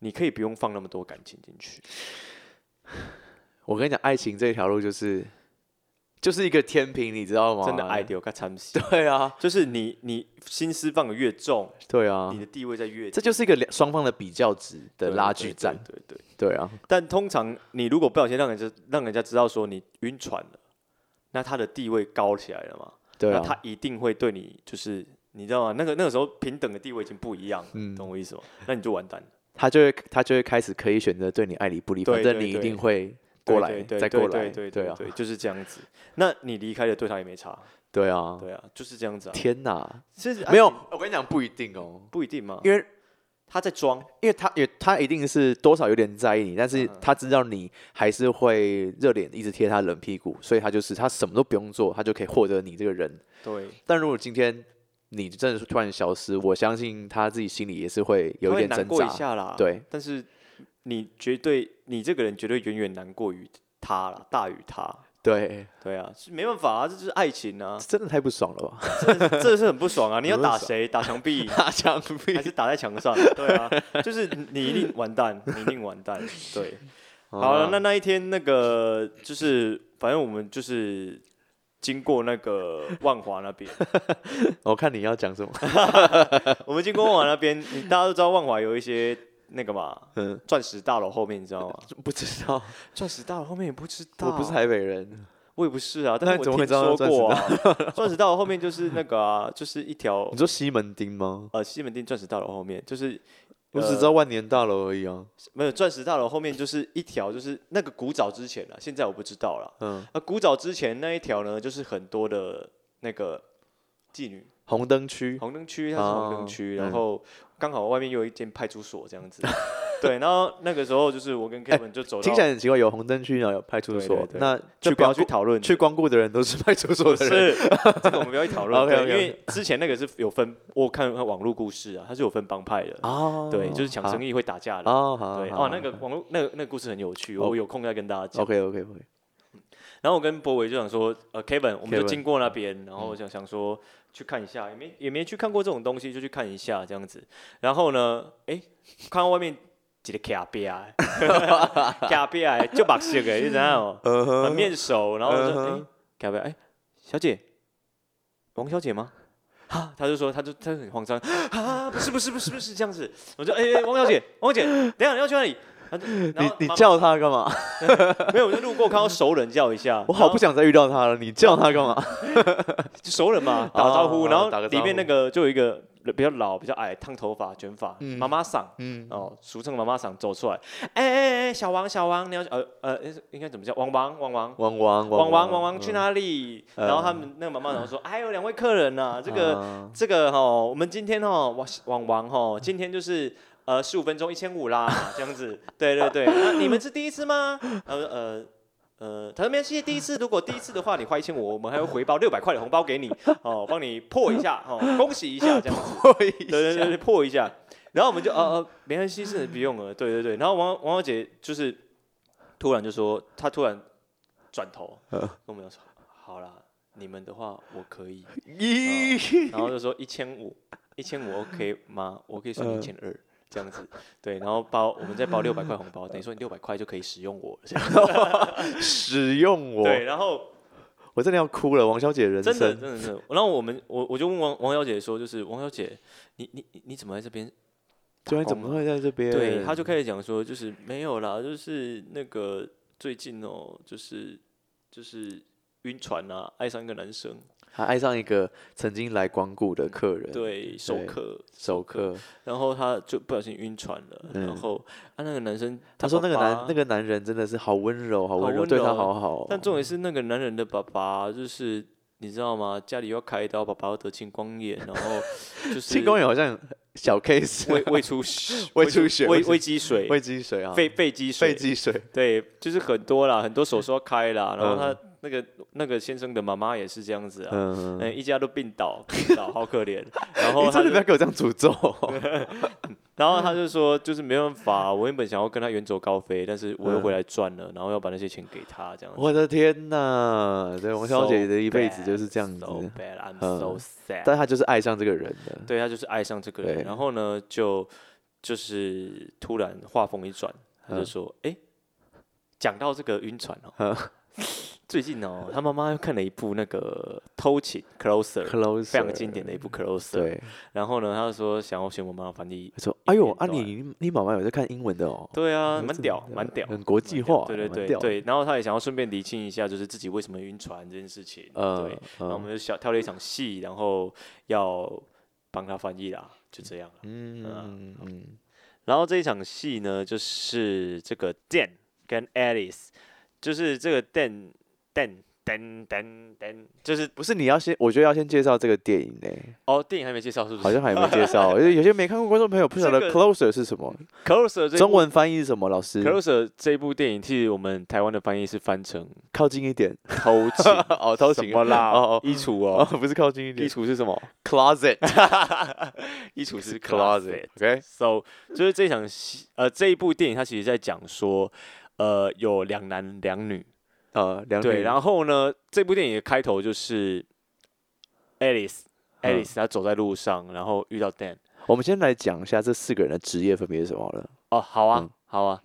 B: 你可以不用放那么多感情进去，
A: 我跟你讲，爱情这条路就是就是一个天平，你知道吗？
B: 真的爱。丢个参戏，
A: 对啊，
B: 就是你你心思放的越重，
A: 对啊
B: 你，的地位在越
A: 这就是一个两双方的比较值
B: 对
A: 的拉
B: 对
A: 锯
B: 对
A: 战。
B: 对对。
A: 对啊，
B: 但通常你如果不小心让人家让人家知道说你晕船了，那他的地位高起来了嘛？
A: 对
B: 那他
A: 啊，
B: 一定会对你就是你知道吗？那个那个时候平等的地位已经不一样了，
A: 嗯
B: 懂我意思吗？那你就完蛋了。
A: 他就会他就会开始可以选择对你爱理不理，
B: 对
A: 反正
B: 对
A: 你一
B: 对
A: 定会过来
B: 对对
A: 再
B: 对
A: 过来，
B: 对对
A: 对啊，
B: 对，就是这样子。那你离开了，对他也没差，
A: 对啊，
B: 对啊，就是这样 子啊。
A: 天哪，
B: 其实
A: 没有
B: 啊，
A: 我跟你讲不一定哦，
B: 不一定嘛，
A: 因为
B: 他在装，
A: 因为他也他一定是多少有点在意你，但是
B: 嗯
A: 他知道你还是会热脸一直贴他冷屁股，所以他就是他什么都不用做，他就可以获得你这个人。
B: 对
A: 但如果今天你真的是突然消失，我相信他自己心里也是会有
B: 会
A: 一点
B: 难
A: 挣
B: 过一
A: 扎。
B: 下啦。，
A: 对，
B: 但是你绝对，你这个人绝对远远难过于他啦，大于他。
A: 对，
B: 对啊，是没办法啊，这就是爱情啊，
A: 真的太不爽了吧？
B: 这是很不爽啊！你要
A: 很不
B: 打
A: 爽
B: 谁？打墙 壁
A: 打墙 壁
B: 还是打在墙上？对啊，就是你一定完蛋， 你一定完蛋。对，好了，那那一天那个就是，反正我们就是经过那个万华那边，
A: 我看你要讲什么？
B: 我们经过万华那边，你大家都知道万华有一些那个嘛，
A: 嗯，
B: 钻石大楼后面，你知道吗？
A: 不知道，
B: 钻石大楼后面也不知道，啊
A: 我不是台北人。
B: 我也不是啊，
A: 那
B: 但是
A: 你怎么
B: 我
A: 会
B: 听
A: 知道
B: 说过啊， 钻石大楼后面就是那个啊，就是一条
A: 你说西门町吗？
B: 呃西门町钻石大楼后面，就是
A: 我只
B: 呃
A: 知道万年大楼而已啊。
B: 没有钻石大楼后面就是一条，就是那个古早之前了，现在我不知道了。
A: 嗯，
B: 啊，古早之前那一条呢，就是很多的那个妓女
A: 红灯区。
B: 红灯区，它是红灯区，
A: 哦
B: 然后刚好外面又有一间派出所这样子。 对，然后那个时候就是我跟 Kevin 就走到，
A: 哎听起来很奇怪，有红灯区，然后有派出
B: 对对
A: 所。
B: 对
A: 那
B: 就
A: 去
B: 不要
A: 光
B: 去
A: 顾
B: 讨论，
A: 去光顾的人都是派出所
B: 不
A: 的人。
B: 是这个我们不要去讨 论，对
A: OK，OK，OK
B: 因为之前那个是有分，我看网络故事啊，它是有分帮派的，
A: 哦
B: 对，就是抢生
A: 意。
B: 意会打架的。
A: 哦，好。
B: 对
A: 好
B: 哦，那个网络那个那个故事很有趣，我有空再跟大家讲。
A: OK OK OK，
B: 然后我跟博伟就想说，呃，Kevin，我们就
A: Kevin 嗯
B: 经过那边，然后我想想说去看一下，也没也没去看过这种东西，就去看一下这样子。然后呢，诶，看到外面几个卡比啊， 卡比啊，就把这个，你知道吗？
A: 嗯哼
B: 很面熟，然后我就
A: 嗯
B: 说，
A: 哼
B: 诶，卡比啊，诶，小姐，王小姐吗？哈，他就说，他就他就很慌张，啊，不是不是不是不是这样子，我就诶，诶王小姐，王小姐，等一下你要去哪里？他就然
A: 你
B: 后
A: 你
B: 妈妈
A: 叫他干嘛？
B: 没有，我就路过看到熟人叫一下，
A: 我好
B: 然
A: 不
B: 后
A: 想再遇到他了，你叫他干嘛？
B: 就熟人嘛，打招呼，
A: 哦
B: 然后
A: 打个招
B: 里
A: 呼
B: 面那个就有一个比较老、比较矮、烫头发、卷发，
A: 嗯
B: 妈妈桑
A: 嗯，
B: 哦，俗称妈妈桑走出来，哎哎哎，小王小王，你要呃呃，诶应该怎么叫？王王王王。
A: 汪汪
B: 王王王
A: 汪
B: 王去？哪里？
A: 嗯
B: 然后他们那个妈妈然后说：“哎呦，两位客人呐、啊，这个、
A: 个
B: 这个哈，我们今天哦，王王王哈，今天就是呃十五分钟一千五啦， 这样子。对对对，那你们是第一次吗？呃呃。呃，他说没关系，第一次如果第一次的话，你花一千五，我们还会回报六百块的红包给你哦，帮你破一下 哦，恭喜一下这样子。对对对对，破一下。然后我们就呃呃，没关系，是不用了。对对对。然后王王小姐就是突然就说，她突然转头跟我们说，好啦，你们的话我可以，
A: 咦，
B: 然后就说一千五，一千五 OK 吗？我可以算你一
A: 嗯
B: 千二这样子。对，然后包我们再包六百块红
A: 嗯
B: 包，等于说你六百块就可以使用我了。这样
A: 使用我，
B: 对，然后
A: 我真的要哭了，王小姐人
B: 真的
A: 生
B: 真的真的，然后我们我我就问王王小姐说，就是王小姐，你你你你怎么在这边？
A: 居然怎么会在这边？
B: 对，他就开始讲说，就是没有啦，就是那个最近哦，就是就是晕船啊，爱上一个男生，
A: 他爱上一个曾经来光顾的客人，，
B: 对，授
A: 对
B: 课，
A: 熟客。
B: 然后他就不小心晕船了，然
A: 嗯
B: 后啊那个男生，
A: 他说那个男
B: 个，
A: 那个男人真的是好温柔，好温
B: 好
A: 柔，
B: 温
A: 对他
B: 柔
A: 好好哦。
B: 但重点是那个男人的爸爸就是。你知道吗？家里要开刀，爸爸要得青光眼，然 后就是
A: 庆功宴好像小 case，
B: 胃胃出血
A: 胃出血
B: 胃
A: 胃出
B: 胃积水，
A: 喂鸡水啊，
B: 肺肺积水
A: 肺，积水，
B: 对，就是很多啦，很多手术要开啦，然后他
A: 嗯
B: 那个那个先生的妈妈也是这样子啊，
A: 嗯，哦
B: 嗯，一家都病倒，病倒，好可 怜。然后
A: 你
B: 他
A: 哎
B: 就
A: 真的不要给我这样诅咒哦，
B: 然后他就说，就是没办法，我原本想要跟他远走高飞，但是我又回来赚了，然后要把那些钱给他，这样子。
A: 嗯我的天呐！对，王小姐的一辈子就是这样子
B: So，bad, I'm
A: 嗯
B: so sad。
A: 但她就是爱上这个人的。
B: 对他就是爱上这个人，
A: 对
B: 然后呢，就就是突然话锋一转，他就
A: 嗯
B: 说：“哎、讲到这个晕船哦， 最近哦，他妈妈又看了一部那个《偷情 Closer》，
A: Close，
B: 非常经典的一部 Closer。
A: 对，
B: 然后呢，他就说想要请我妈妈翻译。
A: 她说：“哎呦，啊
B: 片段
A: 你你妈妈有在看英文的哦，
B: 对啊，
A: 嗯
B: 蛮
A: 这
B: 屌，
A: 嗯
B: 蛮屌，
A: 很国际化，
B: 对对
A: 蛮
B: 对
A: 屌，
B: 对。然后他也想要顺便理清一下，就是自己为什么晕船这件事情。
A: 呃
B: 对，，然后我
A: 呃
B: 们就小跳了一场戏，然后要帮他翻译啦，就这样啦。
A: 嗯
B: 嗯
A: 嗯嗯，
B: 然后这一场戏呢，就是这个 Dan 跟 Alice，就是这个 Dan Dan Dan 噔噔噔，就是
A: 不是你要先，我觉得要先介绍这个电影呢、
B: 哦，电影还没介绍是不是？
A: 好像还没介绍，因为有些没看过观众朋友不晓
B: 这个
A: 得 closer 是什么，
B: Closer 这一部
A: 中文翻译是什么？老师，
B: Closer 这一部电影，替我们台湾的翻译是翻成
A: 靠近一点，
B: 偷情
A: 哦，偷情
B: 什么啦？
A: 哦
B: 衣橱
A: 哦，哦
B: 哦，
A: 不是靠近一
B: 衣
A: 点
B: 橱是什么？
A: ，closet
B: 衣橱是 closet
A: closet，OK，、OK，
B: So，就是这场戏，呃，这一部电影它其实在讲说，呃，有两男两女，
A: 呃，两
B: 对，
A: 后
B: 然后呢，这部电影的开头就是 Alice，Alice
A: 嗯
B: 她走在路上，然后遇到 Dan，
A: 我们先来讲一下这四个人的职业分别是什么好了。
B: 哦，好啊，
A: 嗯
B: 好啊，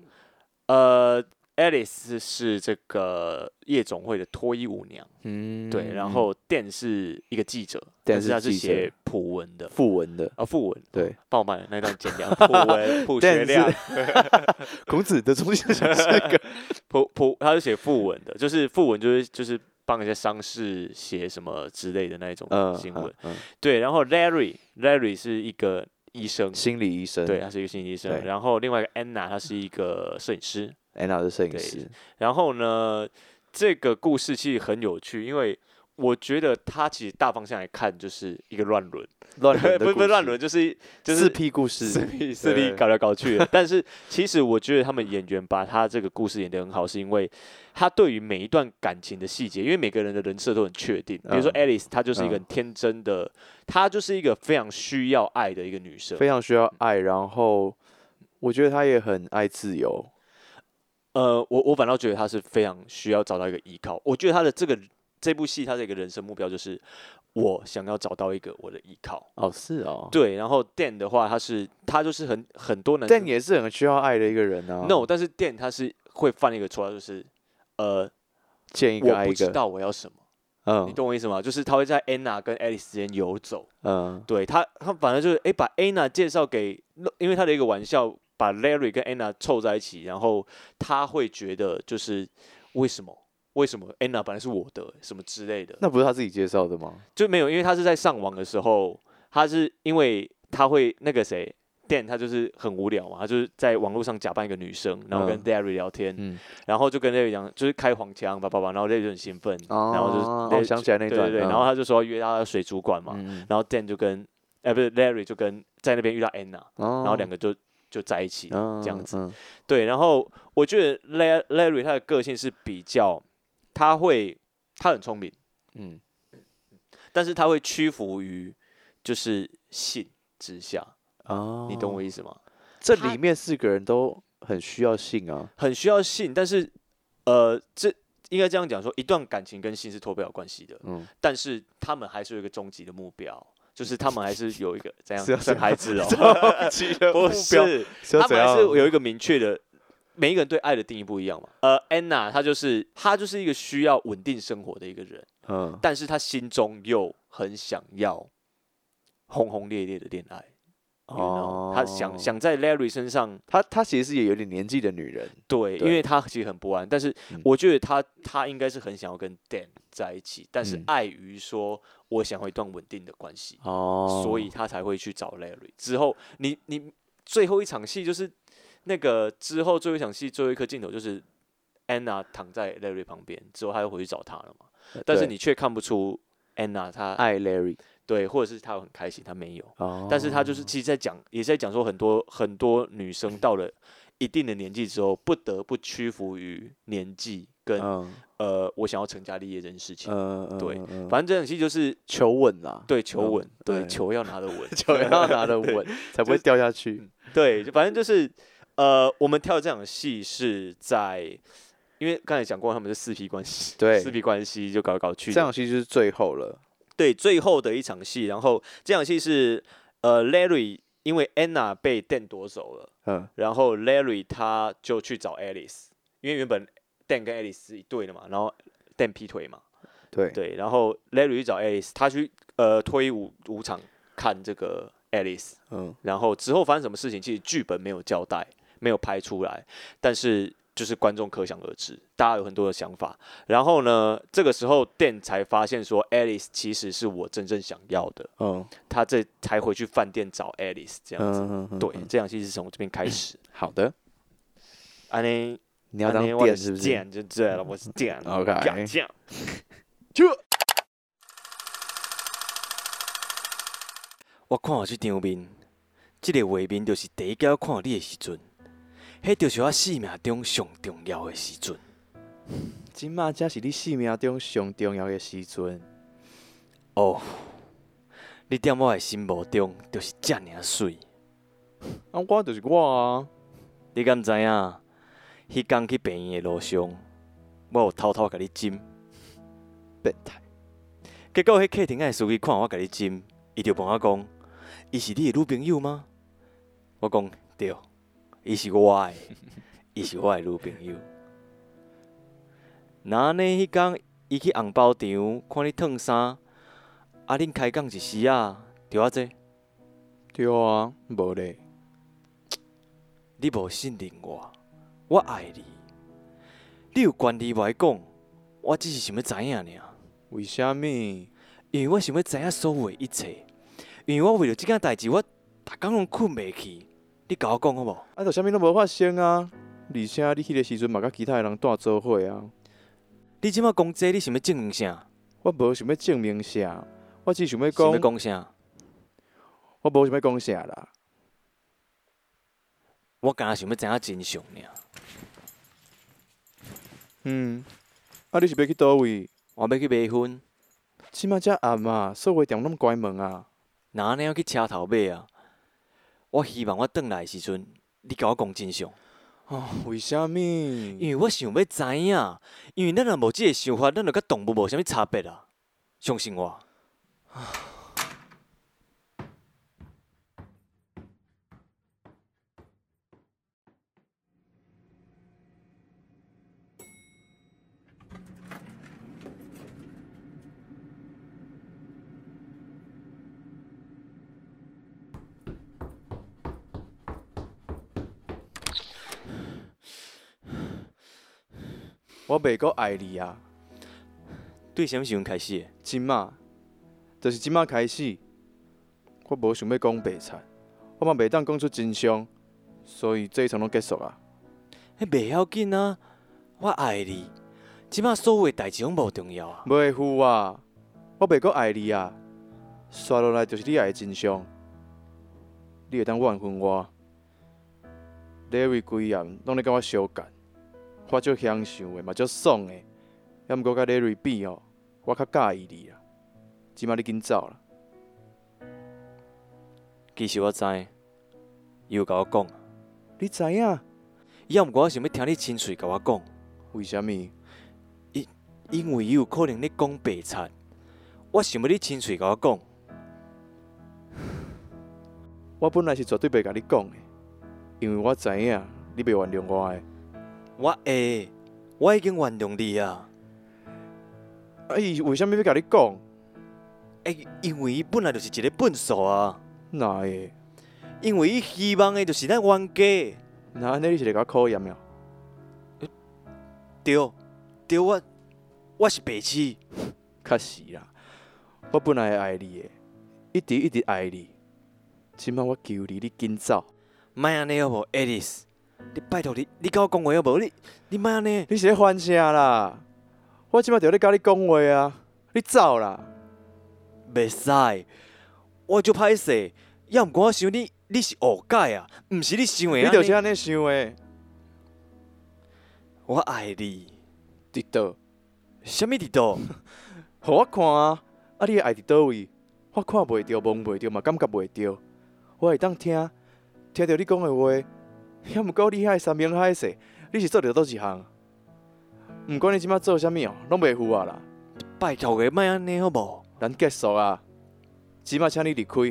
B: 呃，Alice 是这个夜总会的脱衣舞娘，
A: 嗯
B: 对，然后 Dan 是一个记者，但
A: Dan
B: 是
A: 是
B: 他是
A: 记者
B: 写普文的。
A: 副文的，
B: 啊，副文
A: 对，
B: 帮我把那段剪 掉。普文、普学
A: Dan
B: 亮、
A: 孔子的中心思想是个
B: 普普，他是写副文的，就是副文就是就是帮人家伤势写什么之类的那一种
A: 嗯
B: 新闻。
A: 嗯嗯
B: 对，然后 Larry Larry 是一个医生，
A: 心理医生，
B: 对，他是一个心理医生。
A: 对啊
B: 然后另外一个 Anna，她是一个摄影师。
A: ，Anna 是摄影
B: 对
A: 师，
B: 然后呢，这个故事其实很有趣，因为我觉得它其实大方向来看就是一个乱 伦，
A: 乱伦的
B: 不是不
A: 故
B: 是乱
A: 事，
B: 伦，就是就是
A: 四 P 故
B: 势
A: 事，
B: 力势力
A: 对
B: 搞来搞去 的。但是其实我觉得他们演员把他这个故事演得很好，是因为他对于每一段感情的细节，因为每个人的人设都很确定。
A: 嗯
B: 比如说 Alice，她就是一个很天真的，她就是一个非常需要爱的一个女生。
A: 非常需要爱，然后我觉得他也很爱自由，
B: 呃，我我反倒觉得她是非常需要找到一个依靠。我觉得她的这个这部戏，她的一个人生目标就是我想要找到一个我的依靠。
A: 哦，是哦，
B: 对，然后 Dan 的话，他是他就是很很多男生
A: 但也是很需要爱的一个人啊。
B: no，但是 Dan 他是会犯一个错，就是呃。
A: 见一个
B: 我
A: 爱
B: 不
A: 一
B: 知
A: 个，
B: 道我要什么，你
A: 嗯
B: 懂我意思吗？就是他会在 Anna 跟 Alice 之间游走，
A: 嗯，
B: 对他，他反正就是诶，把 Anna 介绍给，因为他的一个玩笑，把 Larry 跟 Anna 凑在一起，然后他会觉得就是为什么？为什么 Anna 本来是我的什么之类的，
A: 那不是他自己介绍的吗？
B: 就没有，因为他是在上网的时候，他是因为他会那个谁 Dan 他就是很无聊嘛，他就是在网络上假扮一个女生，然后跟
A: 嗯
B: Larry 聊天，
A: 嗯，
B: 然后就跟 Larry 讲，就是开黄腔，叭叭叭，然后 Larry 就很兴奋，然后就是
A: 哦
B: Larry
A: 我想起来那
B: 对
A: 段，
B: 对对，
A: 嗯
B: 然后他就说要约他的水主管嘛，
A: 嗯，
B: 然后 Dan 就跟，哎、不是 Larry 就跟在那边遇到 Anna，、
A: 然
B: 然后两个就就在一起了，这样子
A: 子，嗯
B: 对，然后我觉得 La- Larry 他的个性是比较，他会他很聪明，
A: 嗯，
B: 但是他会屈服于就是性之下，
A: 哦，
B: 你懂我意思吗？
A: 这
B: 他
A: 里面四个人都很需要性啊，
B: 很需要性，但是呃，这应该这样讲说，一段感情跟性是脱不了关系的，
A: 嗯，
B: 但是他们还是有一个终极的目标。就是他们还是有一个怎样
A: 是要
B: 生孩子哦，
A: 不
B: 不是，
A: 是
B: 他
A: 要怎
B: 们还是
A: 样？
B: 有一个明确的，每一个人对爱的定义不一样嘛。呃，Anna 她就是她就是一个需要稳定生活的一个人，
A: 嗯，
B: 但是她心中又很想要轰轰烈烈的恋爱。哦
A: 哦，
B: 她想想在 Larry 身上，
A: 她她其实是也有点年纪的女人，
B: 对，
A: 对
B: 因为她其实很不安，但是
A: 嗯
B: 我觉得她她应该是很想要跟 Dan 在一起，但是
A: 嗯
B: 碍于说我想要一段稳定的关系，
A: 哦
B: 所以他才会去找 Larry。之后，你你最后一场戏就是那个之后最后一场戏最后一颗镜头就是 Anna 躺在 Larry 旁边，之后他又回去找他了嘛。但是
A: 对
B: 你却看不出 Anna 她
A: 爱 Larry，
B: 对，或者是她很开心，她没有。
A: 哦，
B: 但是她就是其实在讲，也是在讲说很多很多女生到了一定的年纪之后，不得不屈服于年纪跟、
A: 嗯
B: 呃我想要成家立业这件事情。
A: 嗯嗯
B: 对
A: 嗯嗯
B: 反正这场戏就是
A: 求稳啦，
B: 对求
A: 嗯
B: 稳，对
A: 对
B: 球要拿得 稳，
A: 球 要拿得稳，才不会掉下
B: 嗯
A: 去。
B: 对，就反正就是，呃，我们跳这场戏是在，因为刚才讲过他们是四 P 关系，
A: 对
B: 四 P 关系就搞来搞去
A: 这
B: 的，
A: 场戏就是最后了，
B: 对，最后的一场戏，然后这场戏是，呃，Larry 因为 Anna 被 Dan 夺走了，
A: 嗯
B: 然后 Larry 他就去找 Alice，因为原本 Dan 跟 Alice 是一对的嘛，然后 Dan 劈腿嘛，
A: 对，
B: 对，然后 Larry 去找 Alice，他去呃脱衣舞舞场看这个 Alice。
A: 嗯
B: 然后之后发生什么事情，其实剧本没有交代，没有拍出来，但是就是观众可想而知，大家有很多的想法。然后呢，这个时候 Dan 才发现说，Alice 其实是我真正想要的，
A: 嗯
B: 他这才回去饭店找 Alice 这样子。
A: 嗯嗯，
B: 对
A: 嗯，
B: 这场戏是从这边开 始。
A: 好的，
B: 安妮，
A: 你要
B: 安
A: 当
B: 妮我
A: 电
B: 就是
A: 啊不是？
B: Dan 就对了，我是 Dan，
A: OK
B: 我敢讲
A: 就
B: 我看我这张面，这个画面就是第一眼看到你的时阵，迄就是我生命中上重要的时阵。
A: 今嘛才是你生命中上重要的时阵。
B: 哦，你踮我的心目中就是遮尔水，
A: 啊，我就是我啊，
B: 你敢知影？迄天去病院的路上，我有偷偷甲你斟，
A: 变态。
B: 结果迄客厅的司机看我甲你斟，伊就问我讲：“伊是你的女朋友吗？”我讲：“对，伊是我 的，伊是我的女朋友。”那呢？迄天伊去红包场看你烫衫，啊恁开讲一时啊，对啊这，
A: 对啊，无咧，
B: 你无信任我，我爱你，你有权利来讲，我只是想要知影尔。
A: 为虾米？
B: 因为我想要知影所有的一切，因为我为了即件代志，我逐工拢困袂去。你甲我讲好无？
A: 啊，就虾米都无发生啊！而且你迄个时阵嘛，甲其他的人带做伙啊。
B: 你即马讲这，你想要证明啥？
A: 我无想要证明啥，我只想要
B: 想要
A: 讲，
B: 讲啥？
A: 我无想要讲啥啦。
B: 我敢若想要知影真相尔。
A: 嗯，啊，你是要去倒位？
B: 我要去买薰，
A: 即嘛才暗啊，所有的店拢关门啊。
B: 哪能要去车头买啊？我希望我转来的时阵，你甲我讲真相，
A: 哦，为虾米？
B: 因为我想要知影。因为咱若无即个想法，咱就甲动物无啥物差别啊。相信我。
A: 我袂阁爱你啊！
B: 对啥物时阵开始的？
A: 即嘛，就是即嘛开始，我无想要讲白贼，我嘛袂当讲出真相，所以这一场拢结束啊。
B: 迄袂要紧啊，我爱你。即摆所有诶代志拢无重要啊。
A: 袂赴啊，我袂阁爱你啊，刷落来就是你爱的真相，你会当怨恨我。Larry 规暗拢咧甲我相干，我足享受的嘛足爽的，也毋过甲 Larry 比哦，我较介意你啊。即摆你紧走啦，
B: 其实我知，伊有甲我讲，
A: 你知影
B: 伊毋过我想要听你亲嘴甲我讲，
A: 为虾米？
B: 因为伊有可能咧讲白贼。我想要你亲嘴甲我讲，
A: 我本来是绝对袂甲你讲的，因为我知影你袂原谅我的。
B: 我会，我已经原谅你啊。
A: 啊，伊为虾米要甲你讲？
B: 诶，哎因为伊本来就是一个笨傻啊，
A: 哪会？
B: 因为伊希望诶就是咱冤家。
A: 那安尼你是来甲我考验了？
B: 对，对我，我是白痴。
A: 确实啦，我本来会爱你的，一直一直爱你。即摆我求你，你紧走。
B: 莫安尼好无，Alice，你拜托你，你甲我讲话好无？你你莫安尼。
A: 你是咧翻啥啦？我即摆就咧甲你讲话啊！你走啦！
B: 袂使，我就歹势。要毋过我想你，你是误解啊，毋是你想的
A: 你
B: 安尼
A: 就是安啊尼想的，
B: 我爱你，
A: 伫倒，
B: 什物伫倒？
A: 互我看啊！啊，你的爱伫倒位？我看袂着，摸袂着，嘛感觉袂着。我会当听，听着你讲的话。也毋过你遐的三明海势，你是做着倒一项？毋管你即摆做啥物哦，拢袂赴啊啦！
B: 拜托个，莫安尼好无？
A: 咱结束啊！即摆请你离开，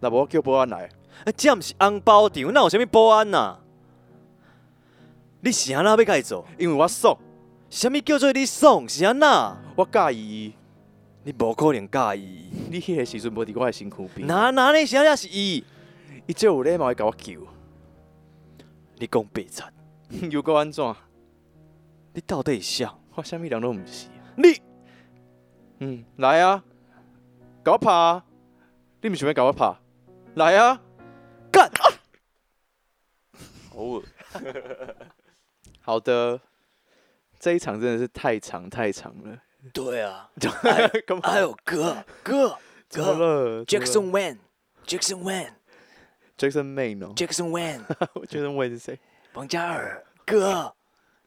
A: 若无我叫保安来。
B: 啊，这毋是红包场，哪有啥物保安啊？你是安那要甲伊做？
A: 因为我爽，
B: 啥物叫做你爽？是安那？
A: 我介意伊。
B: 你无可能介意。
A: 你迄个时阵无伫我的身躯边，
B: 哪哪呢？是安那是伊？
A: 伊只有礼貌会甲我救。
B: 你讲白贼，
A: 又搁安怎？
B: 哦你到底是谁？
A: 我啥物人都毋是。
B: 你
A: 嗯，来啊，甲我拍啊！你毋想要甲我拍？来啊！
B: 干！
A: 好 恶。好的，这一场真的是太长太长了，
C: 对啊，
A: 干嘛？
C: 哎呦哥哥
A: 怎么
C: 哥
A: 了
C: ，Jackson Wang，Jackson Wang，Jackson
A: Jackson Main
C: Wang，
A: 哦 ，Jackson Wayne 是谁？
C: 王嘉尔哥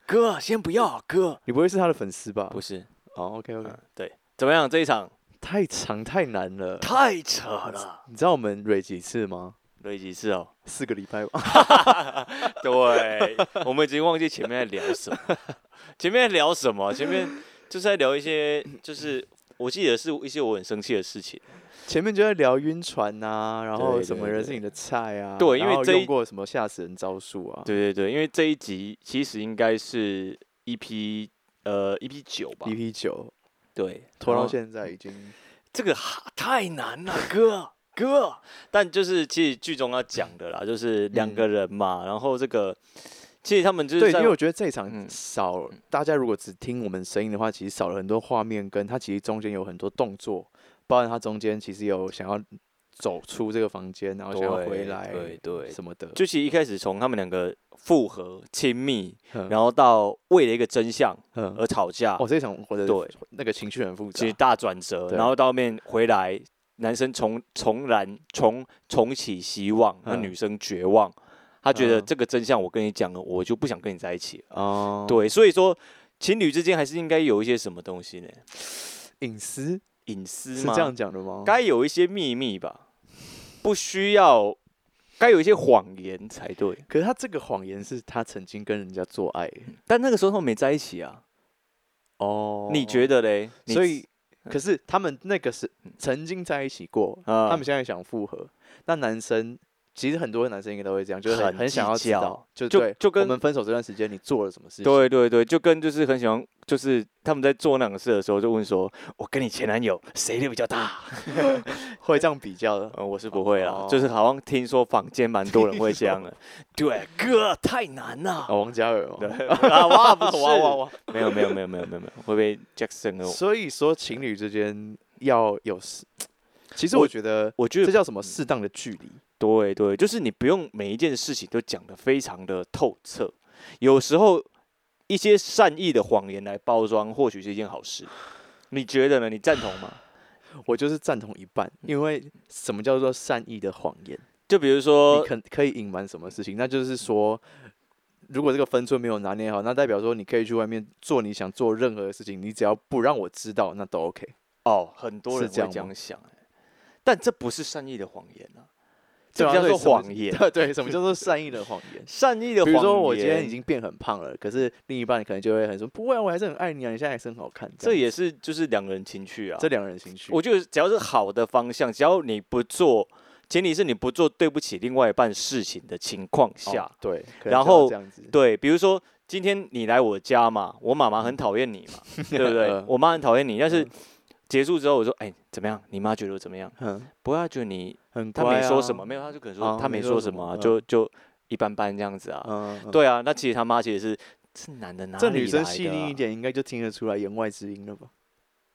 C: 哥，先不要哥，
A: 你不会是他的粉丝吧？
B: 不是，
A: 哦，OK OK，
B: 对，怎么样？这一场
A: 太长太难了。
C: 太扯了，
A: 你知道我们蕊几次吗？
B: 累几次哦？
A: 四个礼拜吧。
B: 对，我们已经忘记前面在聊什 么，前面在聊什么？前面就是在聊一些，就是我记得是一些我很生气的事情。
A: 前面就在聊晕船呐，然后
B: 对
A: 什么
B: 对
A: 人
B: 对
A: 是你的菜啊？
B: 对因为
A: 然后
B: 这一
A: 用过什么吓死人招数啊？
B: 对对对，因为这一集其实应该是 EP 呃 EP 九吧
A: ，EP 九
B: 对，
A: 拖
B: 然后
A: 到现在已经
B: 这个哈
C: 太难了哥哥，
B: 但就是其实剧中要讲的啦，就是两个人嘛，然后这个其实他们就是
A: 嗯对，
B: 在
A: 因为我觉得这一场
B: 嗯
A: 少，大家如果只听我们声音的话，其实少了很多画面，跟它其实中间有很多动作，包含它中间其实有想要走出这个房间，然后想要
B: 对
A: 回来，
B: 对对，
A: 什么的，
B: 就其实一开始从他们两个复合亲密，
A: 嗯
B: 然后到为了一个真相
A: 嗯，
B: 而吵架，
A: 哦，这一场我的
B: 对
A: 那个情绪很复杂
B: 其实，大转折，
A: 对
B: 然后到后面回来，男生重重燃重重启希望，那
A: 嗯
B: 女生绝望，她觉得
A: 嗯
B: 这个真相我跟你讲了，我就不想跟你在一起了。
A: 哦，
B: 对，所以说情侣之间还是应该有一些什么东西呢？
A: 隐私
B: 隐私
A: 是
B: 吗？
A: 这样讲的吗？
B: 该有一些秘密吧，不需要，该有一些谎言才对。
A: 可是他这个谎言是他曾经跟人家做爱
B: 但那个时候他们没在一起啊，
A: 哦
B: 你觉
A: 得？
B: 得嘞？你
A: 所以，可是他们那个是曾经在一起过，
B: 啊
A: 他们现在想复合。那男生其实很多男生应该都会这样，就是很
B: 很
A: 想要
B: 计
A: 知
B: 较
A: 道，就
B: 就
A: 对
B: 就跟
A: 我们分手这段时间你做了什么事情。
B: 对对对，就跟就是很喜欢，就是他们在做那种事的时候，就问说：“我跟你前男友谁的比较大
A: 会这样比较？”的。
B: 呃，我是不会啦
A: 哦，
B: 就是好像听说坊间蛮多人会这样 的。
C: 对哥太难了，
A: 哦，王嘉尔 哦，
B: 啊哇，不是，
A: 哇哇哇！
B: 没有没有没有没有没有没有，会被 Jackson 哦。
A: 所以说情侣之间要有适，其实我
B: 我
A: 觉得
B: 我觉
A: 这
B: 得
A: 叫什么适当的距离。
B: 对对，就是你不用每一件事情都讲得非常的透彻，有时候一些善意的谎言来包装，或许是一件好 事。你觉得呢？你赞同吗？
A: 我就是赞同一半，
B: 嗯
A: 因为什么叫做善意的谎言？
B: 就比如说
A: 你，肯可以隐瞒什么事情？那就是说，如果这个分寸没有拿捏好，那代表说你可以去外面做你想做任何的事情，你只要不让我知道，那都 OK。
B: 哦，很多
A: 是
B: 人
A: 这
B: 会
A: 样
B: 这
A: 吗
B: 样想、欸，但这不是善意的谎言啊，这
A: 对啊
B: 叫
A: 所以
B: 做
A: 什么
B: 谎言。？
A: 对 对，什么叫做善意的谎言
B: 善意的
A: 比
B: 谎
A: 如
B: 言，
A: 说我今天已经变很胖了，可是另一半可能就会很说不会啊，我还是很爱你啊，你现在还是很好看。
B: 这
A: 样
B: 也是就是两个人情趣啊。
A: 这两人情绪，
B: 我觉得只要是好的方向，只要你不做，前提是你不做对不起另外一半事情的情况
A: 哦
B: 下，
A: 对，可能
B: 然
A: 就要
B: 后
A: 这样子，
B: 对，比如说今天你来我家嘛，我妈妈很讨厌 你嘛，对不对
A: 嗯？
B: 我妈很讨厌你，但是结束之后我说，哎、怎么样？你妈觉得我怎么样？
A: 嗯，
B: 不会，她觉得你
A: 很
B: 她
A: 乖
B: 没说
A: 啊
B: 什么，，没有，她就可能
A: 哦
B: 说她
A: 没
B: 没
A: 说
B: 说
A: 什
B: 什
A: 么
B: 么，
A: 嗯
B: 就就一般般这样子啊。
A: 嗯，嗯，
B: 对啊，那其实他妈其实是是男的哪
A: 这
B: 里
A: 女生
B: 来
A: 细
B: 的
A: 腻
B: 啊
A: 一，点，应该就听得出来言外之音了吧？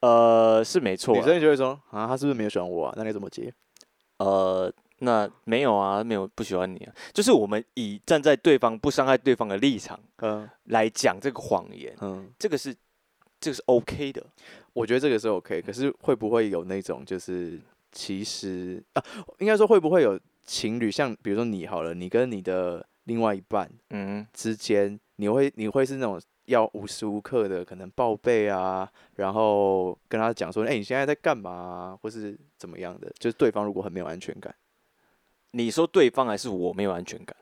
B: 呃，是没错
A: 女
B: 啊，
A: 生就会说啊，他是不是没有喜欢我啊？那你怎么接？
B: 呃，那没有啊，没有不喜欢你啊，就是我们以站在对方不伤害对方的立场
A: 嗯
B: 来讲这个谎言，
A: 嗯。
B: 这个是这个是 OK 的。
A: 我觉得这个是 OK，可是会不会有那种就是其实啊，应该说会不会有情侣，像比如说你好了，你跟你的另外一半
B: 嗯，
A: 之间，你会你会是那种要无时无刻的可能报备啊，然后跟他讲说，哎、你现在在干嘛、啊，或是怎么样的，就是对方如果很没有安全感，
B: 你说对方还是我没有安全感？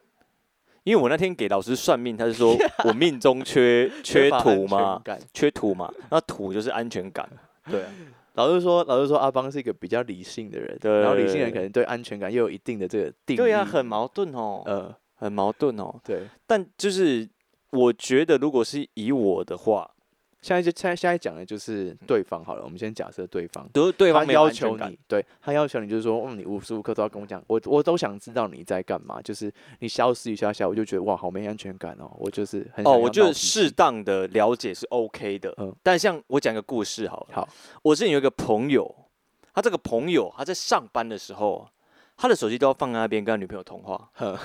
B: 因为我那天给老师算命，他是 说我命中缺缺
A: 乏
B: 土
A: 安全
B: 嘛，
A: 感
B: 缺土嘛，那土就是安全感。
A: 对啊、老师说，老师说阿邦是一个比较理性的人，
B: 对
A: 然后理性人可能对安全感又有一定的这个定义，
B: 对啊，很矛盾哦，
A: 呃，
B: 很矛盾哦。
A: 对。
B: 但就是我觉得，如果是以我的话，
A: 现在就现在现在讲的就是对方好了，我们先假设对方，
B: 得对方
A: 他
B: 没有
A: 要
B: 安全
A: 求
B: 感
A: 你，对他要求你就是说，嗯，你无时无刻都要跟我讲，我我都想知道你在干嘛，就是你消失一下下，我就觉得哇，好没安全感哦，我就是很想
B: 哦，
A: 要
B: 我觉
A: 闹
B: 得
A: 脾
B: 适
A: 气
B: 当的了解是 OK 的。
A: 嗯
B: 但像我讲个故事好了，
A: 好，
B: 我之前有一个朋友，他这个朋友他在上班的时候啊，他的手机都要放在那边跟他女朋友通话。 对，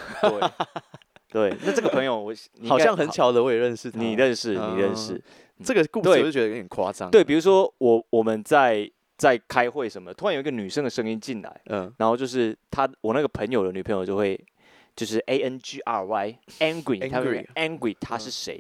B: 对，那这个朋友我你应
A: 好
B: 该
A: 像很巧的，我也认识他，
B: 你认识，
A: 嗯
B: 你认识。
A: 这个故事
B: 对
A: 我就觉得有点夸张。，
B: 对，比如说我我们在在开会什么，突然有一个女生的声音进来，
A: 嗯，
B: 然后就是她我那个朋友的女朋友就会就是 A N G R Y angry，她会 angry 她是谁，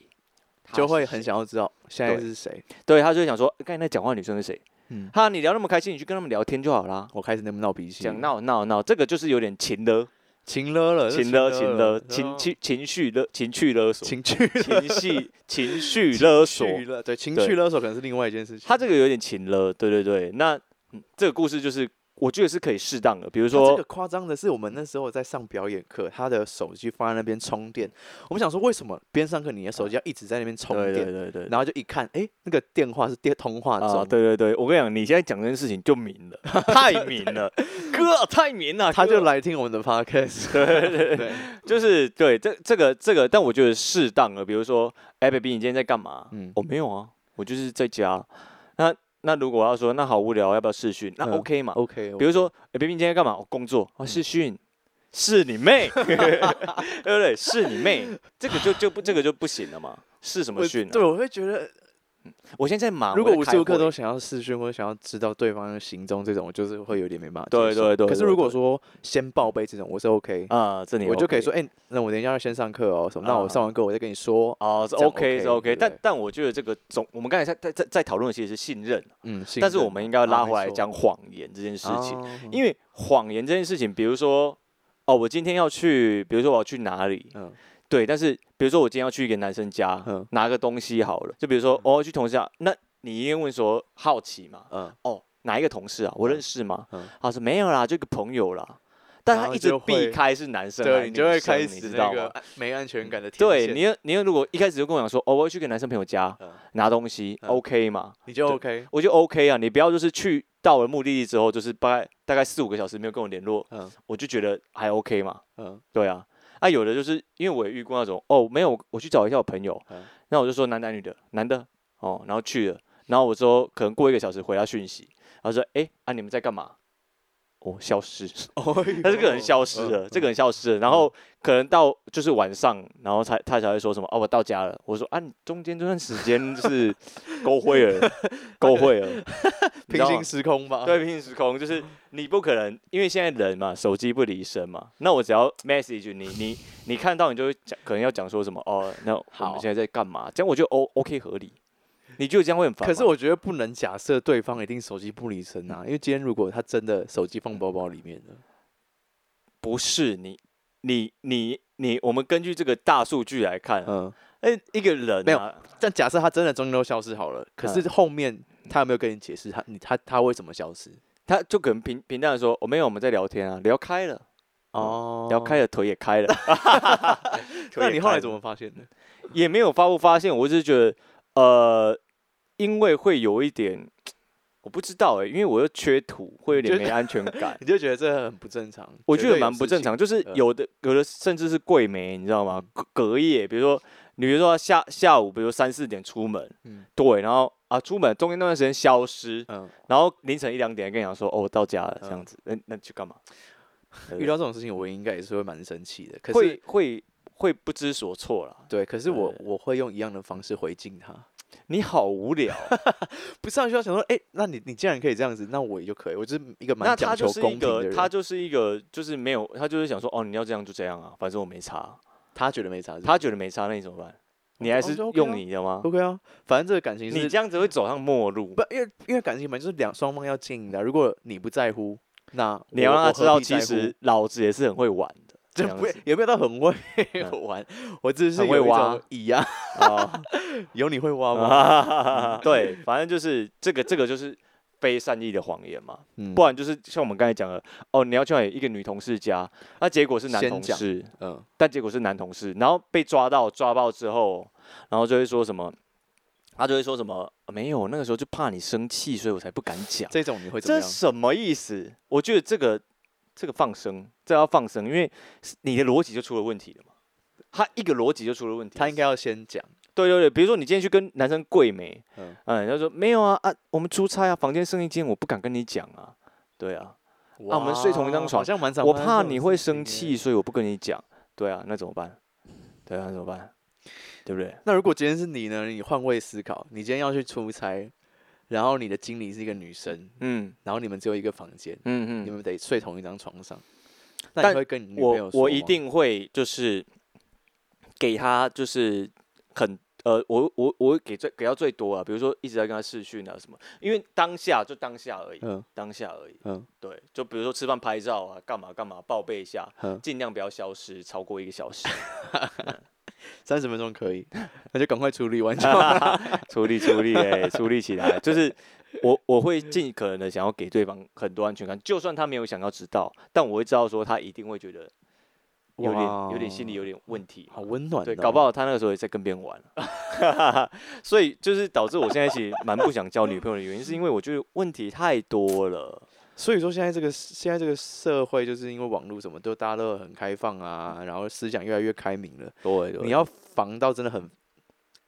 B: 她
A: 嗯就会
B: 是
A: 很
B: 谁
A: 想要知道现在
B: 对
A: 是谁。
B: 对，她就会想说，哎刚才那讲话的女生是谁？
A: 嗯
B: 哈，你聊那么开心，你去跟他们聊天就好啦。
A: 我开始那么闹脾气，
B: 讲闹闹闹，这个就是有点情勒，
A: 情勒了，
B: 情
A: 勒
B: 勒情勒，
A: 然
B: 情
A: 后
B: 情情绪勒，情绪勒索，
A: 情 绪
B: 情绪情绪勒索。
A: 情绪勒，对情
B: 对
A: 绪勒索可能是另外一件事情。
B: 他这个有点情了，对对对。那、嗯这个故事就是，我觉得是可以适当的，比如
A: 他
B: 说
A: 啊这个夸张的是，我们那时候在上表演课，他的手机放在那边充电。我们想说，为什么边上课你的手机要一直在那边充
B: 对
A: 电？
B: 对对对。
A: 然后就一看，哎、那个电话是电通话中，
B: 啊，对对对，我跟你讲，你现在讲这件事情就明 了，太明了，哥太明了，
A: 他
B: 哥
A: 就来听我们的 podcast。
B: 对对 对
A: 对，
B: 就是对这这个这个，但我觉得适当的，比如说，哎、b a b y 你今天在干嘛？
A: 嗯
B: 我、没有啊，我就是在家。那那如果要说那好无聊，要不要视讯？那
A: 嗯
B: OK 嘛？
A: ，OK，
B: 比如说，哎、b a b y 你今天在干嘛？我、工作，啊，视讯。是你 妹， 对不对？是你妹，这个就就不这个就不行了嘛？是什么
A: 我
B: 讯、啊？
A: 对，我会觉得，
B: 我现在在忙。
A: 如果
B: 啊我
A: 无
B: 在
A: 时无
B: 开
A: 刻
B: 会
A: 都想要视讯或者想要知道对方的行踪这种，我就是会有点没办法接受。
B: 对对对
A: 可是
B: 对
A: 如果
B: 对
A: 说先报备这种，我是 OK，
B: 啊，这里
A: 我就可以
B: OK
A: 说，哎、那我等一下要先上课哦，什么？那我
B: 啊
A: 上完课我再跟你说。啊
B: 哦，是
A: 这样
B: OK 是
A: OK，对
B: OK，
A: 不
B: 但
A: 对
B: 但我觉得这个总我们刚才在在在在讨论的其实是信任，啊
A: 嗯，哦
B: 但是我们应该要拉
A: 啊
B: 回
A: 没
B: 来
A: 错
B: 讲谎言这件事情，
A: 情
B: 因为谎言这件事情，比如说哦，我今天要去，比如说我要去哪里，
A: 嗯
B: 对，但是比如说我今天要去一个男生家、
A: 嗯
B: 拿个东西好了，就比如说哦去同事家，那你一定问说好奇嘛，
A: 嗯，
B: 哦哪一个同事啊，我认识吗？
A: 嗯
B: 他说没有啦，就一个朋友啦，但
A: 然
B: 他
A: 后
B: 一直
A: 就
B: 避
A: 会
B: 开是男生还是
A: 对，
B: 女生，
A: 你就会开
B: 你
A: 始
B: 知道
A: 那
B: 吗
A: 个安没安全 感的天
B: 对
A: 线
B: 你，要你要如果一开始就跟我讲说，哦，我要去给男生朋友家
A: 嗯
B: 拿东西、
A: 嗯
B: o k 嘛？
A: 你就
B: 对
A: OK，
B: 我就 OK 啊，你不要就是去到了目的地之后，就是大概大概四五个小时没有跟我联络，
A: 嗯
B: 我就觉得还 OK 嘛，
A: 嗯
B: 对啊。啊，有的就是因为我也遇过那种，哦，没有，我去找一下我朋友，
A: 嗯
B: 那我就说男男女的，男的，哦，然后去了，然后我说可能过一个小时回他讯息，然后说，哎、啊你们在干嘛？哦，消失。
A: 哦，嗯
B: 但是这个人消失了，这个人消失了，然后可能到就是晚上，然后才他才会说什么哦，我到家了。我说啊，你中间这段时间就是 勾会 了，勾会了，你知
A: 平
B: 道
A: 行
B: 吗
A: 时空吧？
B: 对平行时空，
A: 嗯
B: 就是你不可能，因为现在人嘛，手机不离身嘛。那我只要 message 你，你你看到你就会讲，可能要讲说什么哦，那我
A: 好
B: 们现在在干嘛？这样我就 O OK 合理。你觉得这样会很烦吗？
A: 可是我觉得不能假设对方一定手机不离身啊，因为今天如果他真的手机放包包里面了，
B: 不是你，你你你，我们根据这个大数据来看，
A: 嗯，
B: 哎、一个人、啊、
A: 没有但假设他真的中间都消失好了，可是后面他有没有跟你解释他你他他为什么消失？嗯
B: 他就可能平平淡的说：“我、哦没有，我们在聊天啊，聊开了，
A: 哦
B: 聊开了，腿也开了。”
A: 那你后来怎
B: 么
A: 么发现的？
B: 也没有发不发现？我只是觉得，呃，因为会有一点，我不知道哎、因为我又缺土，会有点
A: 就
B: 没安全
A: 。
B: 感
A: 你就觉得这很不正常，
B: 我觉
A: 绝
B: 得
A: 对有
B: 蛮不
A: 事
B: 正
A: 情
B: 常，就是
A: 嗯
B: 有的有的甚至是贵媒，你知道吗？隔隔夜，比如说你比如说下下午，比如三四点出门，
A: 嗯
B: 对，然后啊出门中间那段时间消失，
A: 嗯，
B: 然后凌晨一两点跟你讲说哦我到家了这
A: 嗯
B: 样子，那那你去干嘛？对不
A: 遇
B: 对
A: 到这种事情，我应该也是会蛮生气的。可是
B: 会会会不知所措啦。
A: 对，可是我
B: 对
A: 我会用一样的方式回敬他。
B: 你好无聊，
A: 不是啊，就要想说，哎、那你你既然可以这样子，那我也就可以。我就是一个
B: 那
A: 蛮
B: 他
A: 讲
B: 就
A: 求
B: 是一
A: 公平的
B: 个，
A: 人。
B: 他就是一个，就是没有，他就是想说，哦，你要这样就这样啊，反正我没差。
A: 他觉得没啥，
B: 他觉得没差，那你怎么办？你
A: 哦
B: 还
A: 就是 OK 啊
B: 用你的吗？
A: OK 啊。反正这个感情
B: 你
A: 是
B: 这样子会走上末路。
A: 不，因为因为感情本来就是两双方要经营的啊。如果你不在乎，那
B: 你要
A: 我
B: 让他
A: 我
B: 知
A: 何
B: 道，
A: 必
B: 其
A: 在乎
B: 实老子也是很会玩的。这
A: 这
B: 样
A: 不
B: 子
A: 也没有到很会
B: 嗯
A: 玩，我只是
B: 很会
A: 有一
B: 挖
A: 种一样，
B: 啊
A: 有你会挖吗？
B: 啊， 对，反正就是这个，这个就是非善意的谎言嘛。
A: 嗯
B: 不然就是像我们刚才讲的，哦，你要去哪里一个女同事家，那结果是男
A: 先
B: 同
A: 讲
B: 事，
A: 嗯
B: 但结果是男同事，然后被抓到，抓爆之后，然后就会说什么，他就会说什么没有，那个时候就怕你生气，所以我才不敢讲。
A: 这种你会怎
B: 这
A: 么样？
B: 什么意思？我觉得这个这个放生，这要放生，因为是你的逻辑就出了问题了嘛。他一个逻辑就出了问题，
A: 他应该要先讲，
B: 对对对，比如说你今天去跟男生跪没，
A: 嗯
B: 嗯，他说没有啊啊，我们出差啊，房间剩一间，我不敢跟你讲啊，对啊，啊我们睡同一张
A: 哇
B: 床
A: 好像蛮常
B: 我
A: 发生
B: 怕
A: 这种
B: 你
A: 事
B: 会
A: 情
B: 生
A: 欸
B: 气，所以我不跟你讲。对啊，那怎么办？对啊，那怎么办？对不对？
A: 那如果今天是你呢？你换位思考，你今天要去出差，然后你的经理是一个女生，
B: 嗯
A: 然后你们只有一个房间，
B: 嗯
A: 你们得睡同一张床上，那
B: 但
A: 你会跟你女朋
B: 我
A: 友说
B: 我一
A: 吗
B: 定会就是给他就是很呃，我我我会给最给到最多啊，比如说一直在跟他视讯啊什么，因为当下就当下而已，
A: 嗯
B: 当下而已。
A: 嗯
B: 对，就比如说吃饭拍照啊，干嘛干嘛报备一下，
A: 嗯，
B: 尽量不要消失超过一个小时，
A: 三十分钟可以， 那就赶快处理完就好。
B: 处理处理哎、处理起来，就是。我我会尽可能的想要给对方很多安全感，就算他没有想要知道，但我会知道说他一定会觉得有点有点心理有点问题嘛，
A: 好温暖、哦，
B: 对，搞不好他那个时候也在跟别人玩， 所以就是导致我现在其实蛮不想交女朋友的原因，是因为我觉得问题太多了。
A: 所以说现在这个现在这个社会，就是因为网络什么都大家都很开放啊，然后思想越来越开明了，
B: 对对
A: 你要防到真的很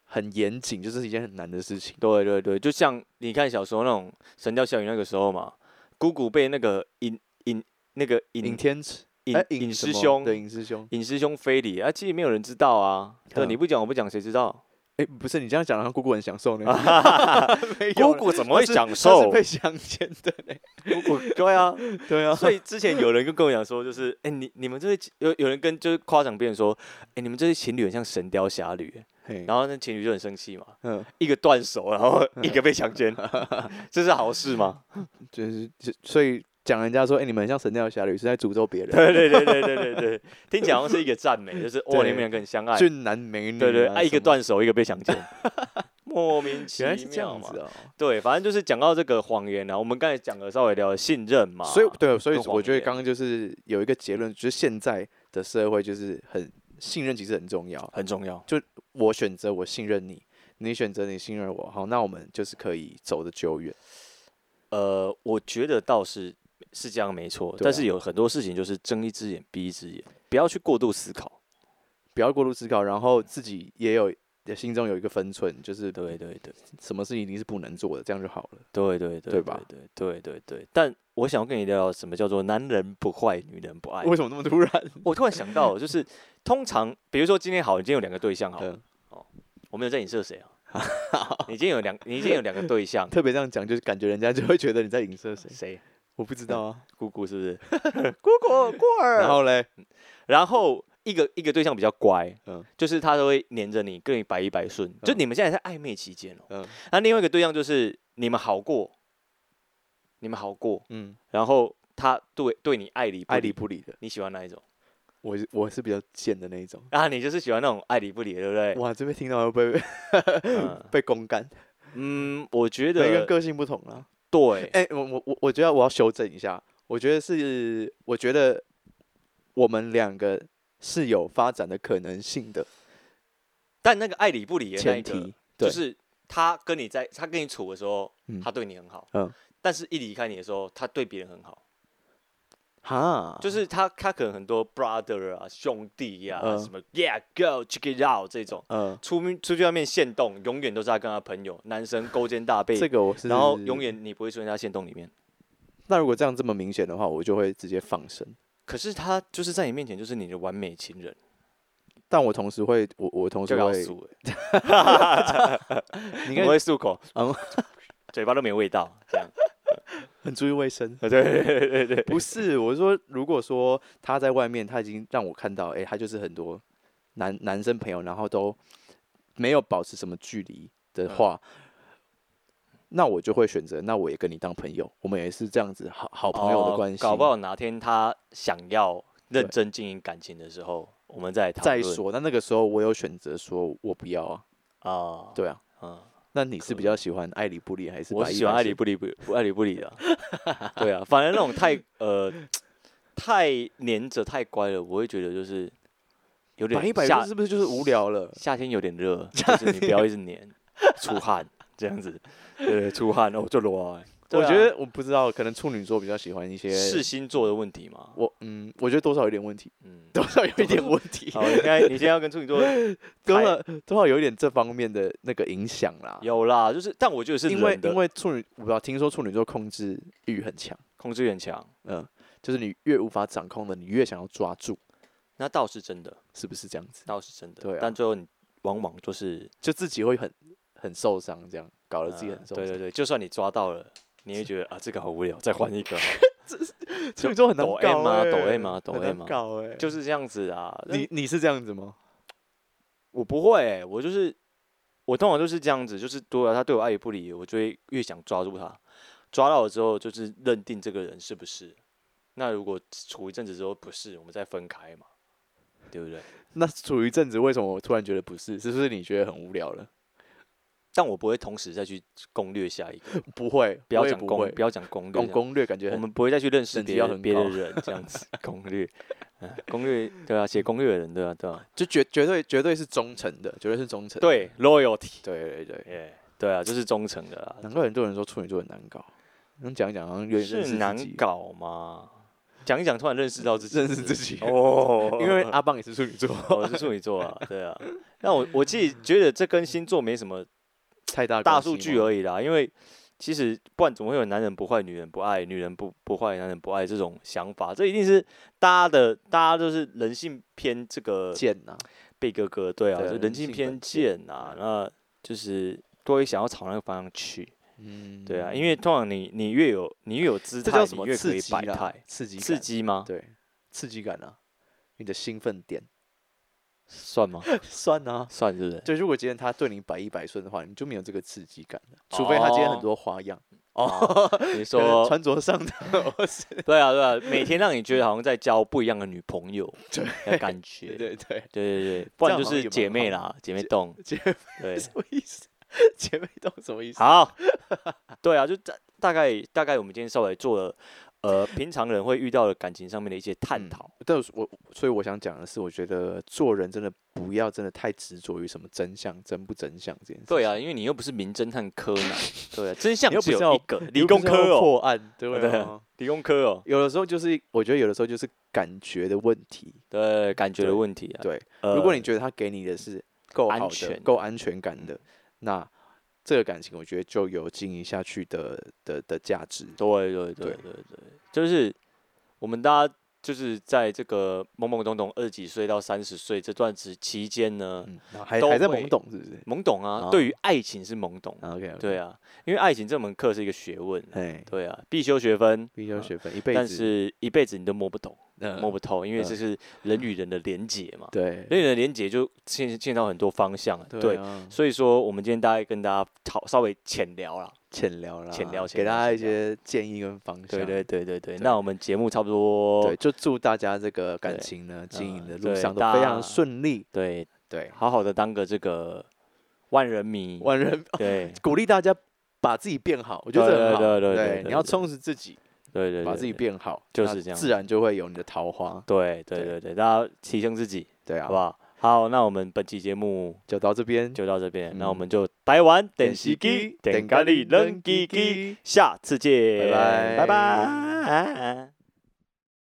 A: 很严谨，就是一件很难的事情。
B: 对对对，就像你看小时候那种《神雕侠侣》那个时候嘛，姑姑被那个尹尹那个
A: 尹
B: 尹
A: 天池，
B: 尹
A: 哎
B: 尹师
A: 什么
B: 兄
A: 对尹师兄，
B: 尹师兄非礼啊，其实没有人知道啊。对，
A: 嗯
B: 你不讲我不讲，谁知 道？
A: 哎、不是你这样讲，然后姑姑很享 受呢，没有
B: 姑
A: 啦
B: 姑怎么
A: 她
B: 会
A: 是
B: 享
A: 她
B: 受
A: 是？被强奸的呢，
B: 姑姑对啊，
A: 对啊，
B: 所以之前有人就跟我讲说，就是哎、你你们这些情有有人跟就是夸奖别人说，哎、你们这些情侣很像《神雕侠侣》，
A: 嘿
B: 然后那情侣就很生气嘛，
A: 嗯，
B: 一个断手，然后一个被强 奸，这是好事吗？
A: 就是就所以讲人家说，哎、你们很像神雕侠侣是在诅咒别人，
B: 对对对对对对对，听起来好像是一个赞美，就是哦，
A: 对
B: 你们两个很相爱，对
A: 俊男美女、啊，
B: 对，爱一个
A: 什么，
B: 断手，一个被强 奸，莫名其
A: 原来是这
B: 妙
A: 样
B: 嘛
A: 子。哦、
B: 对，反正就是讲到这个谎言啊，我们刚才讲了稍微聊了信任嘛，
A: 哦所以对，所以
B: 跟
A: 我
B: 谎
A: 觉得
B: 言
A: 刚刚就是有一个结论，就是现在的社会就是很信任其实很重要。
B: 很重要。
A: 我选择我信任你，你选择你信任我，好，那我们就是可以走得久远。
B: 呃，我觉得倒是是这样没错，
A: 对
B: 但
A: 啊
B: 是有很多事情就是睁一只眼闭一只眼，不要去过度思考。
A: 不要过度思考，然后自己也有也心中有一个分寸，就是
B: 对对对。
A: 什么事情一定是不能做的，这样就好了。
B: 对对对
A: 对吧？
B: 对对对对。但我想要跟你聊聊什么叫做男人不坏，女人不爱。
A: 为什么那么突然？
B: 我突然想到，就是通常，比如说今天好，你今天有两个对 象好了，
A: 嗯，
B: 我没有在影射谁 啊。你今天有两，你今天有两个对象，
A: 特别这样讲，就是感觉人家就会觉得你在影射谁，
B: 谁？
A: 我不知 道啊。
B: 姑姑是不是？姑姑姑儿。
A: 然后嘞，
B: 然后一个一个对象比较乖，
A: 嗯
B: 就是他都会黏着你，跟你百依百顺。就
A: 嗯
B: 你们现在在暧昧期间哦。
A: 嗯
B: 那另外一个对象就是你们好过，你们好过，
A: 嗯，
B: 然后他对对你爱理不
A: 爱理，不理的，
B: 你喜欢哪一种？
A: 我是我是比较贱的那一种。
B: 啊，你就是喜欢那种爱理不理的，对不对？
A: 哇，这边听到会被
B: 嗯
A: 被公干，
B: 嗯，我觉
A: 每个
B: 得
A: 人个性不同啦。
B: 对，
A: 哎、我我我我觉得我要修正一下，我觉得是，我觉得我们两个是有发展的可能性的
B: 但那个爱理不理的那一
A: 前
B: 个
A: 提，
B: 就
A: 对
B: 是他跟你在他跟你处的时候，
A: 嗯
B: 他对你很好，
A: 嗯
B: 但是一离开你的时候，他对别人很好，
A: 哈，
B: 就是是他他可能很多 brother 啊、兄弟呀、
A: 嗯
B: 什么 yeah girl check it out 这种，
A: 呃，
B: 出面出去外面现动，永远都是他跟他朋友，男生勾肩搭背，
A: 这个我是，
B: 然后永。远你不会出现在他现动里面。
A: 那如果这样这么明显的话，我就会直接放生。
B: 可是他就是在你面前就是你的完美情人，
A: 但我同时会，我我同时
B: 就告
A: 会，
B: 诉我，
A: 你
B: 我
A: 看
B: 会漱口，
A: 嗯
B: 嘴巴都没味道，这样。。
A: 很注意卫生
B: 对对对对，
A: 不是，我是说，如果说他在外面，他已经让我看到，哎、他就是很多男男生朋友，然后都没有保持什么距离
B: 嗯
A: 的话，那我就会选择，那我也跟你当朋友，我们也是这样子好 好朋友的关系、
B: 哦搞不好哪天他想要认
A: 对
B: 真经营感情的时候，我们再来讨
A: 再
B: 论。
A: 说，那那个时候我有选择说我不要啊，
B: 啊，，
A: 对啊。
B: 嗯，
A: 那你是比较喜欢爱理不理还是？
B: 我喜欢爱理。不理不不爱理不理的啊， 对啊，反正那种太呃太黏着太乖了，我会觉得就是有点
A: 百依百
B: 夏
A: 顺是不是就是无聊了？
B: 夏天有点 热，就是你不要一直黏，出汗这样子，对，出汗哦就裸 啊，对
A: 我
B: 啊
A: 觉得我不知道，可能处女座比较喜欢一些
B: 是星座的问题嘛，
A: 我嗯，我觉得多少有点问题，
B: 嗯，
A: 多少有一点问 题，
B: 好，你现在你现在要跟处女座
A: 多少多少有一点这方面的那个影响啦。
B: 有啦，就是但我觉得是
A: 因为
B: 人的
A: 因为处女，我不知道听说处女座控制欲很强，
B: 控制欲很强，
A: 嗯，就是你越无法掌控的，你越想要抓住，
B: 那倒是真的，
A: 是不是这样子？
B: 倒是真的。
A: 对啊
B: 但最后你往往就是
A: 就自己会很很受伤，这样搞得自己
B: 呃
A: 很受伤。
B: 对对对，就算你抓到了，你会觉得啊，这个好无聊，再换一个 好了，
A: 处女座很难
B: 抖
A: 搞
B: M 啊
A: 欸
B: 抖 M 啊抖
A: 很难
B: M 啊
A: 搞哎，就
B: 就是这样子啊。
A: 你你是这样子吗？
B: 我不会欸、我就是我通常就是这样子，就是多了他对我爱理不理，我就会越想抓住他，抓到了之后就是认定这个人是不是。那如果处一阵子之后不是，我们再分开嘛，对不对？
A: 那处于一阵子，为什么我突然觉得不是？是不是你觉得很无聊了？
B: 但我不会同时再去攻略下一个，
A: 不会，
B: 不要
A: 我也
B: 讲
A: 不
B: 攻，
A: 会
B: 不要讲攻略这
A: 攻
B: 样，
A: 攻略，感觉
B: 我
A: 很
B: 们不会再去认识
A: 等级
B: 别
A: 要
B: 人
A: 很
B: 别的
A: 高
B: 人这样子 攻略，啊攻略对啊，写攻略的人对啊对啊，
A: 就绝绝对绝对是忠诚的，绝对是忠诚。
B: 对 loyalty，
A: 对对对，
B: 耶，对啊，就是忠诚的啦，
A: 难怪很多人说处女座很难搞，能讲一讲好像有点认识
B: 是
A: 自
B: 难
A: 己
B: 搞吗？讲一讲，突然认识到自己，
A: 认识 自己，
B: 哦，
A: 因为阿棒也是处女 座，
B: 我是处女座啊，对啊。那我我自己觉得这跟星座没什么
A: 太大
B: 大数据而
A: 已。
B: 已啦，因为其实不然怎么会有男人不坏，女人不爱，女人不不坏，男人不爱这种想法？这一定是大家的，大家都是人性偏这个
A: 贱呐、
B: 贝哥哥，对啊，
A: 对啊
B: 就人
A: 人
B: 性
A: 性
B: 偏
A: 本贱
B: 见啊，那就是都会想要朝那个方向去，
A: 嗯，
B: 对啊，因为通常你你越有你越有姿
A: 这
B: 态，
A: 叫什么
B: 你越可
A: 刺
B: 以
A: 激
B: 摆
A: 啦
B: 态，
A: 刺激
B: 刺
A: 感，啊
B: 激吗？
A: 对，刺激感啊，你的兴奋点
B: 算 吗？
A: 算啊。
B: 算是不是？
A: 就如果今天他对你百依百顺的话，你就没有这个刺激感了，除非他今天很
B: 哦
A: 多花样，
B: 你
A: 可能
B: 说
A: 穿着上的或是
B: 对啊，对啊，每天让你觉得好像在交不一样的女朋友
A: 对
B: 的感觉，
A: 对
B: 对
A: 对对，
B: 对对，不然就
A: 这样好像也
B: 是
A: 蛮
B: 姐妹啦，姐妹洞，
A: 姐
B: 对，
A: 什么意思？ 姐妹都什么意思？
B: 好，对啊，就大大概大概我们今天稍微做了，呃，平常人会遇到的感情上面的一些探
A: 嗯
B: 讨，
A: 但是我所以我想讲的是，我觉得做人真的不要真的太执着于什么真相、真不真相这件事。
B: 对啊，，因为你又不是名侦探柯南， 对啊，真相
A: 你又
B: 只
A: 不是
B: 有
A: 要
B: 一个，理工科哦，
A: 破案，对不
B: 对
A: 对
B: 啊？理工科哦，
A: 有的时候就是，我觉得有的时候就是感觉的问题。
B: 对，感觉的
A: 对
B: 问题啊，
A: 对，
B: 呃，
A: 如果你觉得他给你的是够
B: 安
A: 好的
B: 全、嗯
A: 够安全感的，那这个感情我觉得就有经营下去的的的价值。
B: 对对对
A: 对
B: 对对，就是我们大家就是在这个懵懵懂懂二十几岁到三十岁这段时期间呢，
A: 嗯，然后还
B: 都
A: 还在
B: 会
A: 懵懂，是不是
B: 懵懂啊，
A: 啊
B: 对于爱情是懵懂，
A: ？OK，，
B: 对啊，因为爱情这门课是一个学问，
A: 哎，
B: 对啊，必修学分，
A: 必修学分一辈
B: 但
A: 子，
B: 是一辈子你都摸不懂，
A: 呃
B: 摸不透，因为
A: 嗯
B: 这是人与人的连结嘛，
A: 对
B: 人与人的连结就见见到很多方向了，对。
A: 啊
B: 所以说，我们今天大概跟大家讨稍微浅聊啦，
A: 浅聊啦，
B: 浅聊浅
A: 给
B: 聊
A: 大家一
B: 浅聊
A: 些建议跟方向。
B: 对对对对对。
A: 对
B: 那我们节目差不多，
A: 对，就祝大家这个感
B: 对嗯
A: 情呢经营的
B: 对
A: 路上都
B: 大
A: 非
B: 家
A: 常顺利。
B: 对，
A: 对，
B: 好好的当个这个万人迷，
A: 万人
B: 对
A: 鼓励大家把自己变好，我觉得这
B: 对
A: 很好。
B: 对对对对
A: 你要
B: 对
A: 充实自己，
B: 对对，
A: 把
B: 对
A: 自己，变好，
B: 就是
A: 那
B: 这样
A: 自然就会有你的桃花。
B: 对对
A: 对
B: 对对，大家提升自己，
A: 对啊，
B: 好不好？好，那我们本期节目
A: 就到这边，
B: 就到这边，那我
A: 嗯
B: 们就台湾等
A: 点
B: 时
A: 时
B: 机
A: 机，
B: 等
A: 等
B: 咖
A: 咖
B: 喱
A: 喱
B: 冷
A: 冷
B: 叽
A: 叽
B: 叽
A: 叽，
B: 下次见，
A: 拜拜
B: 拜拜。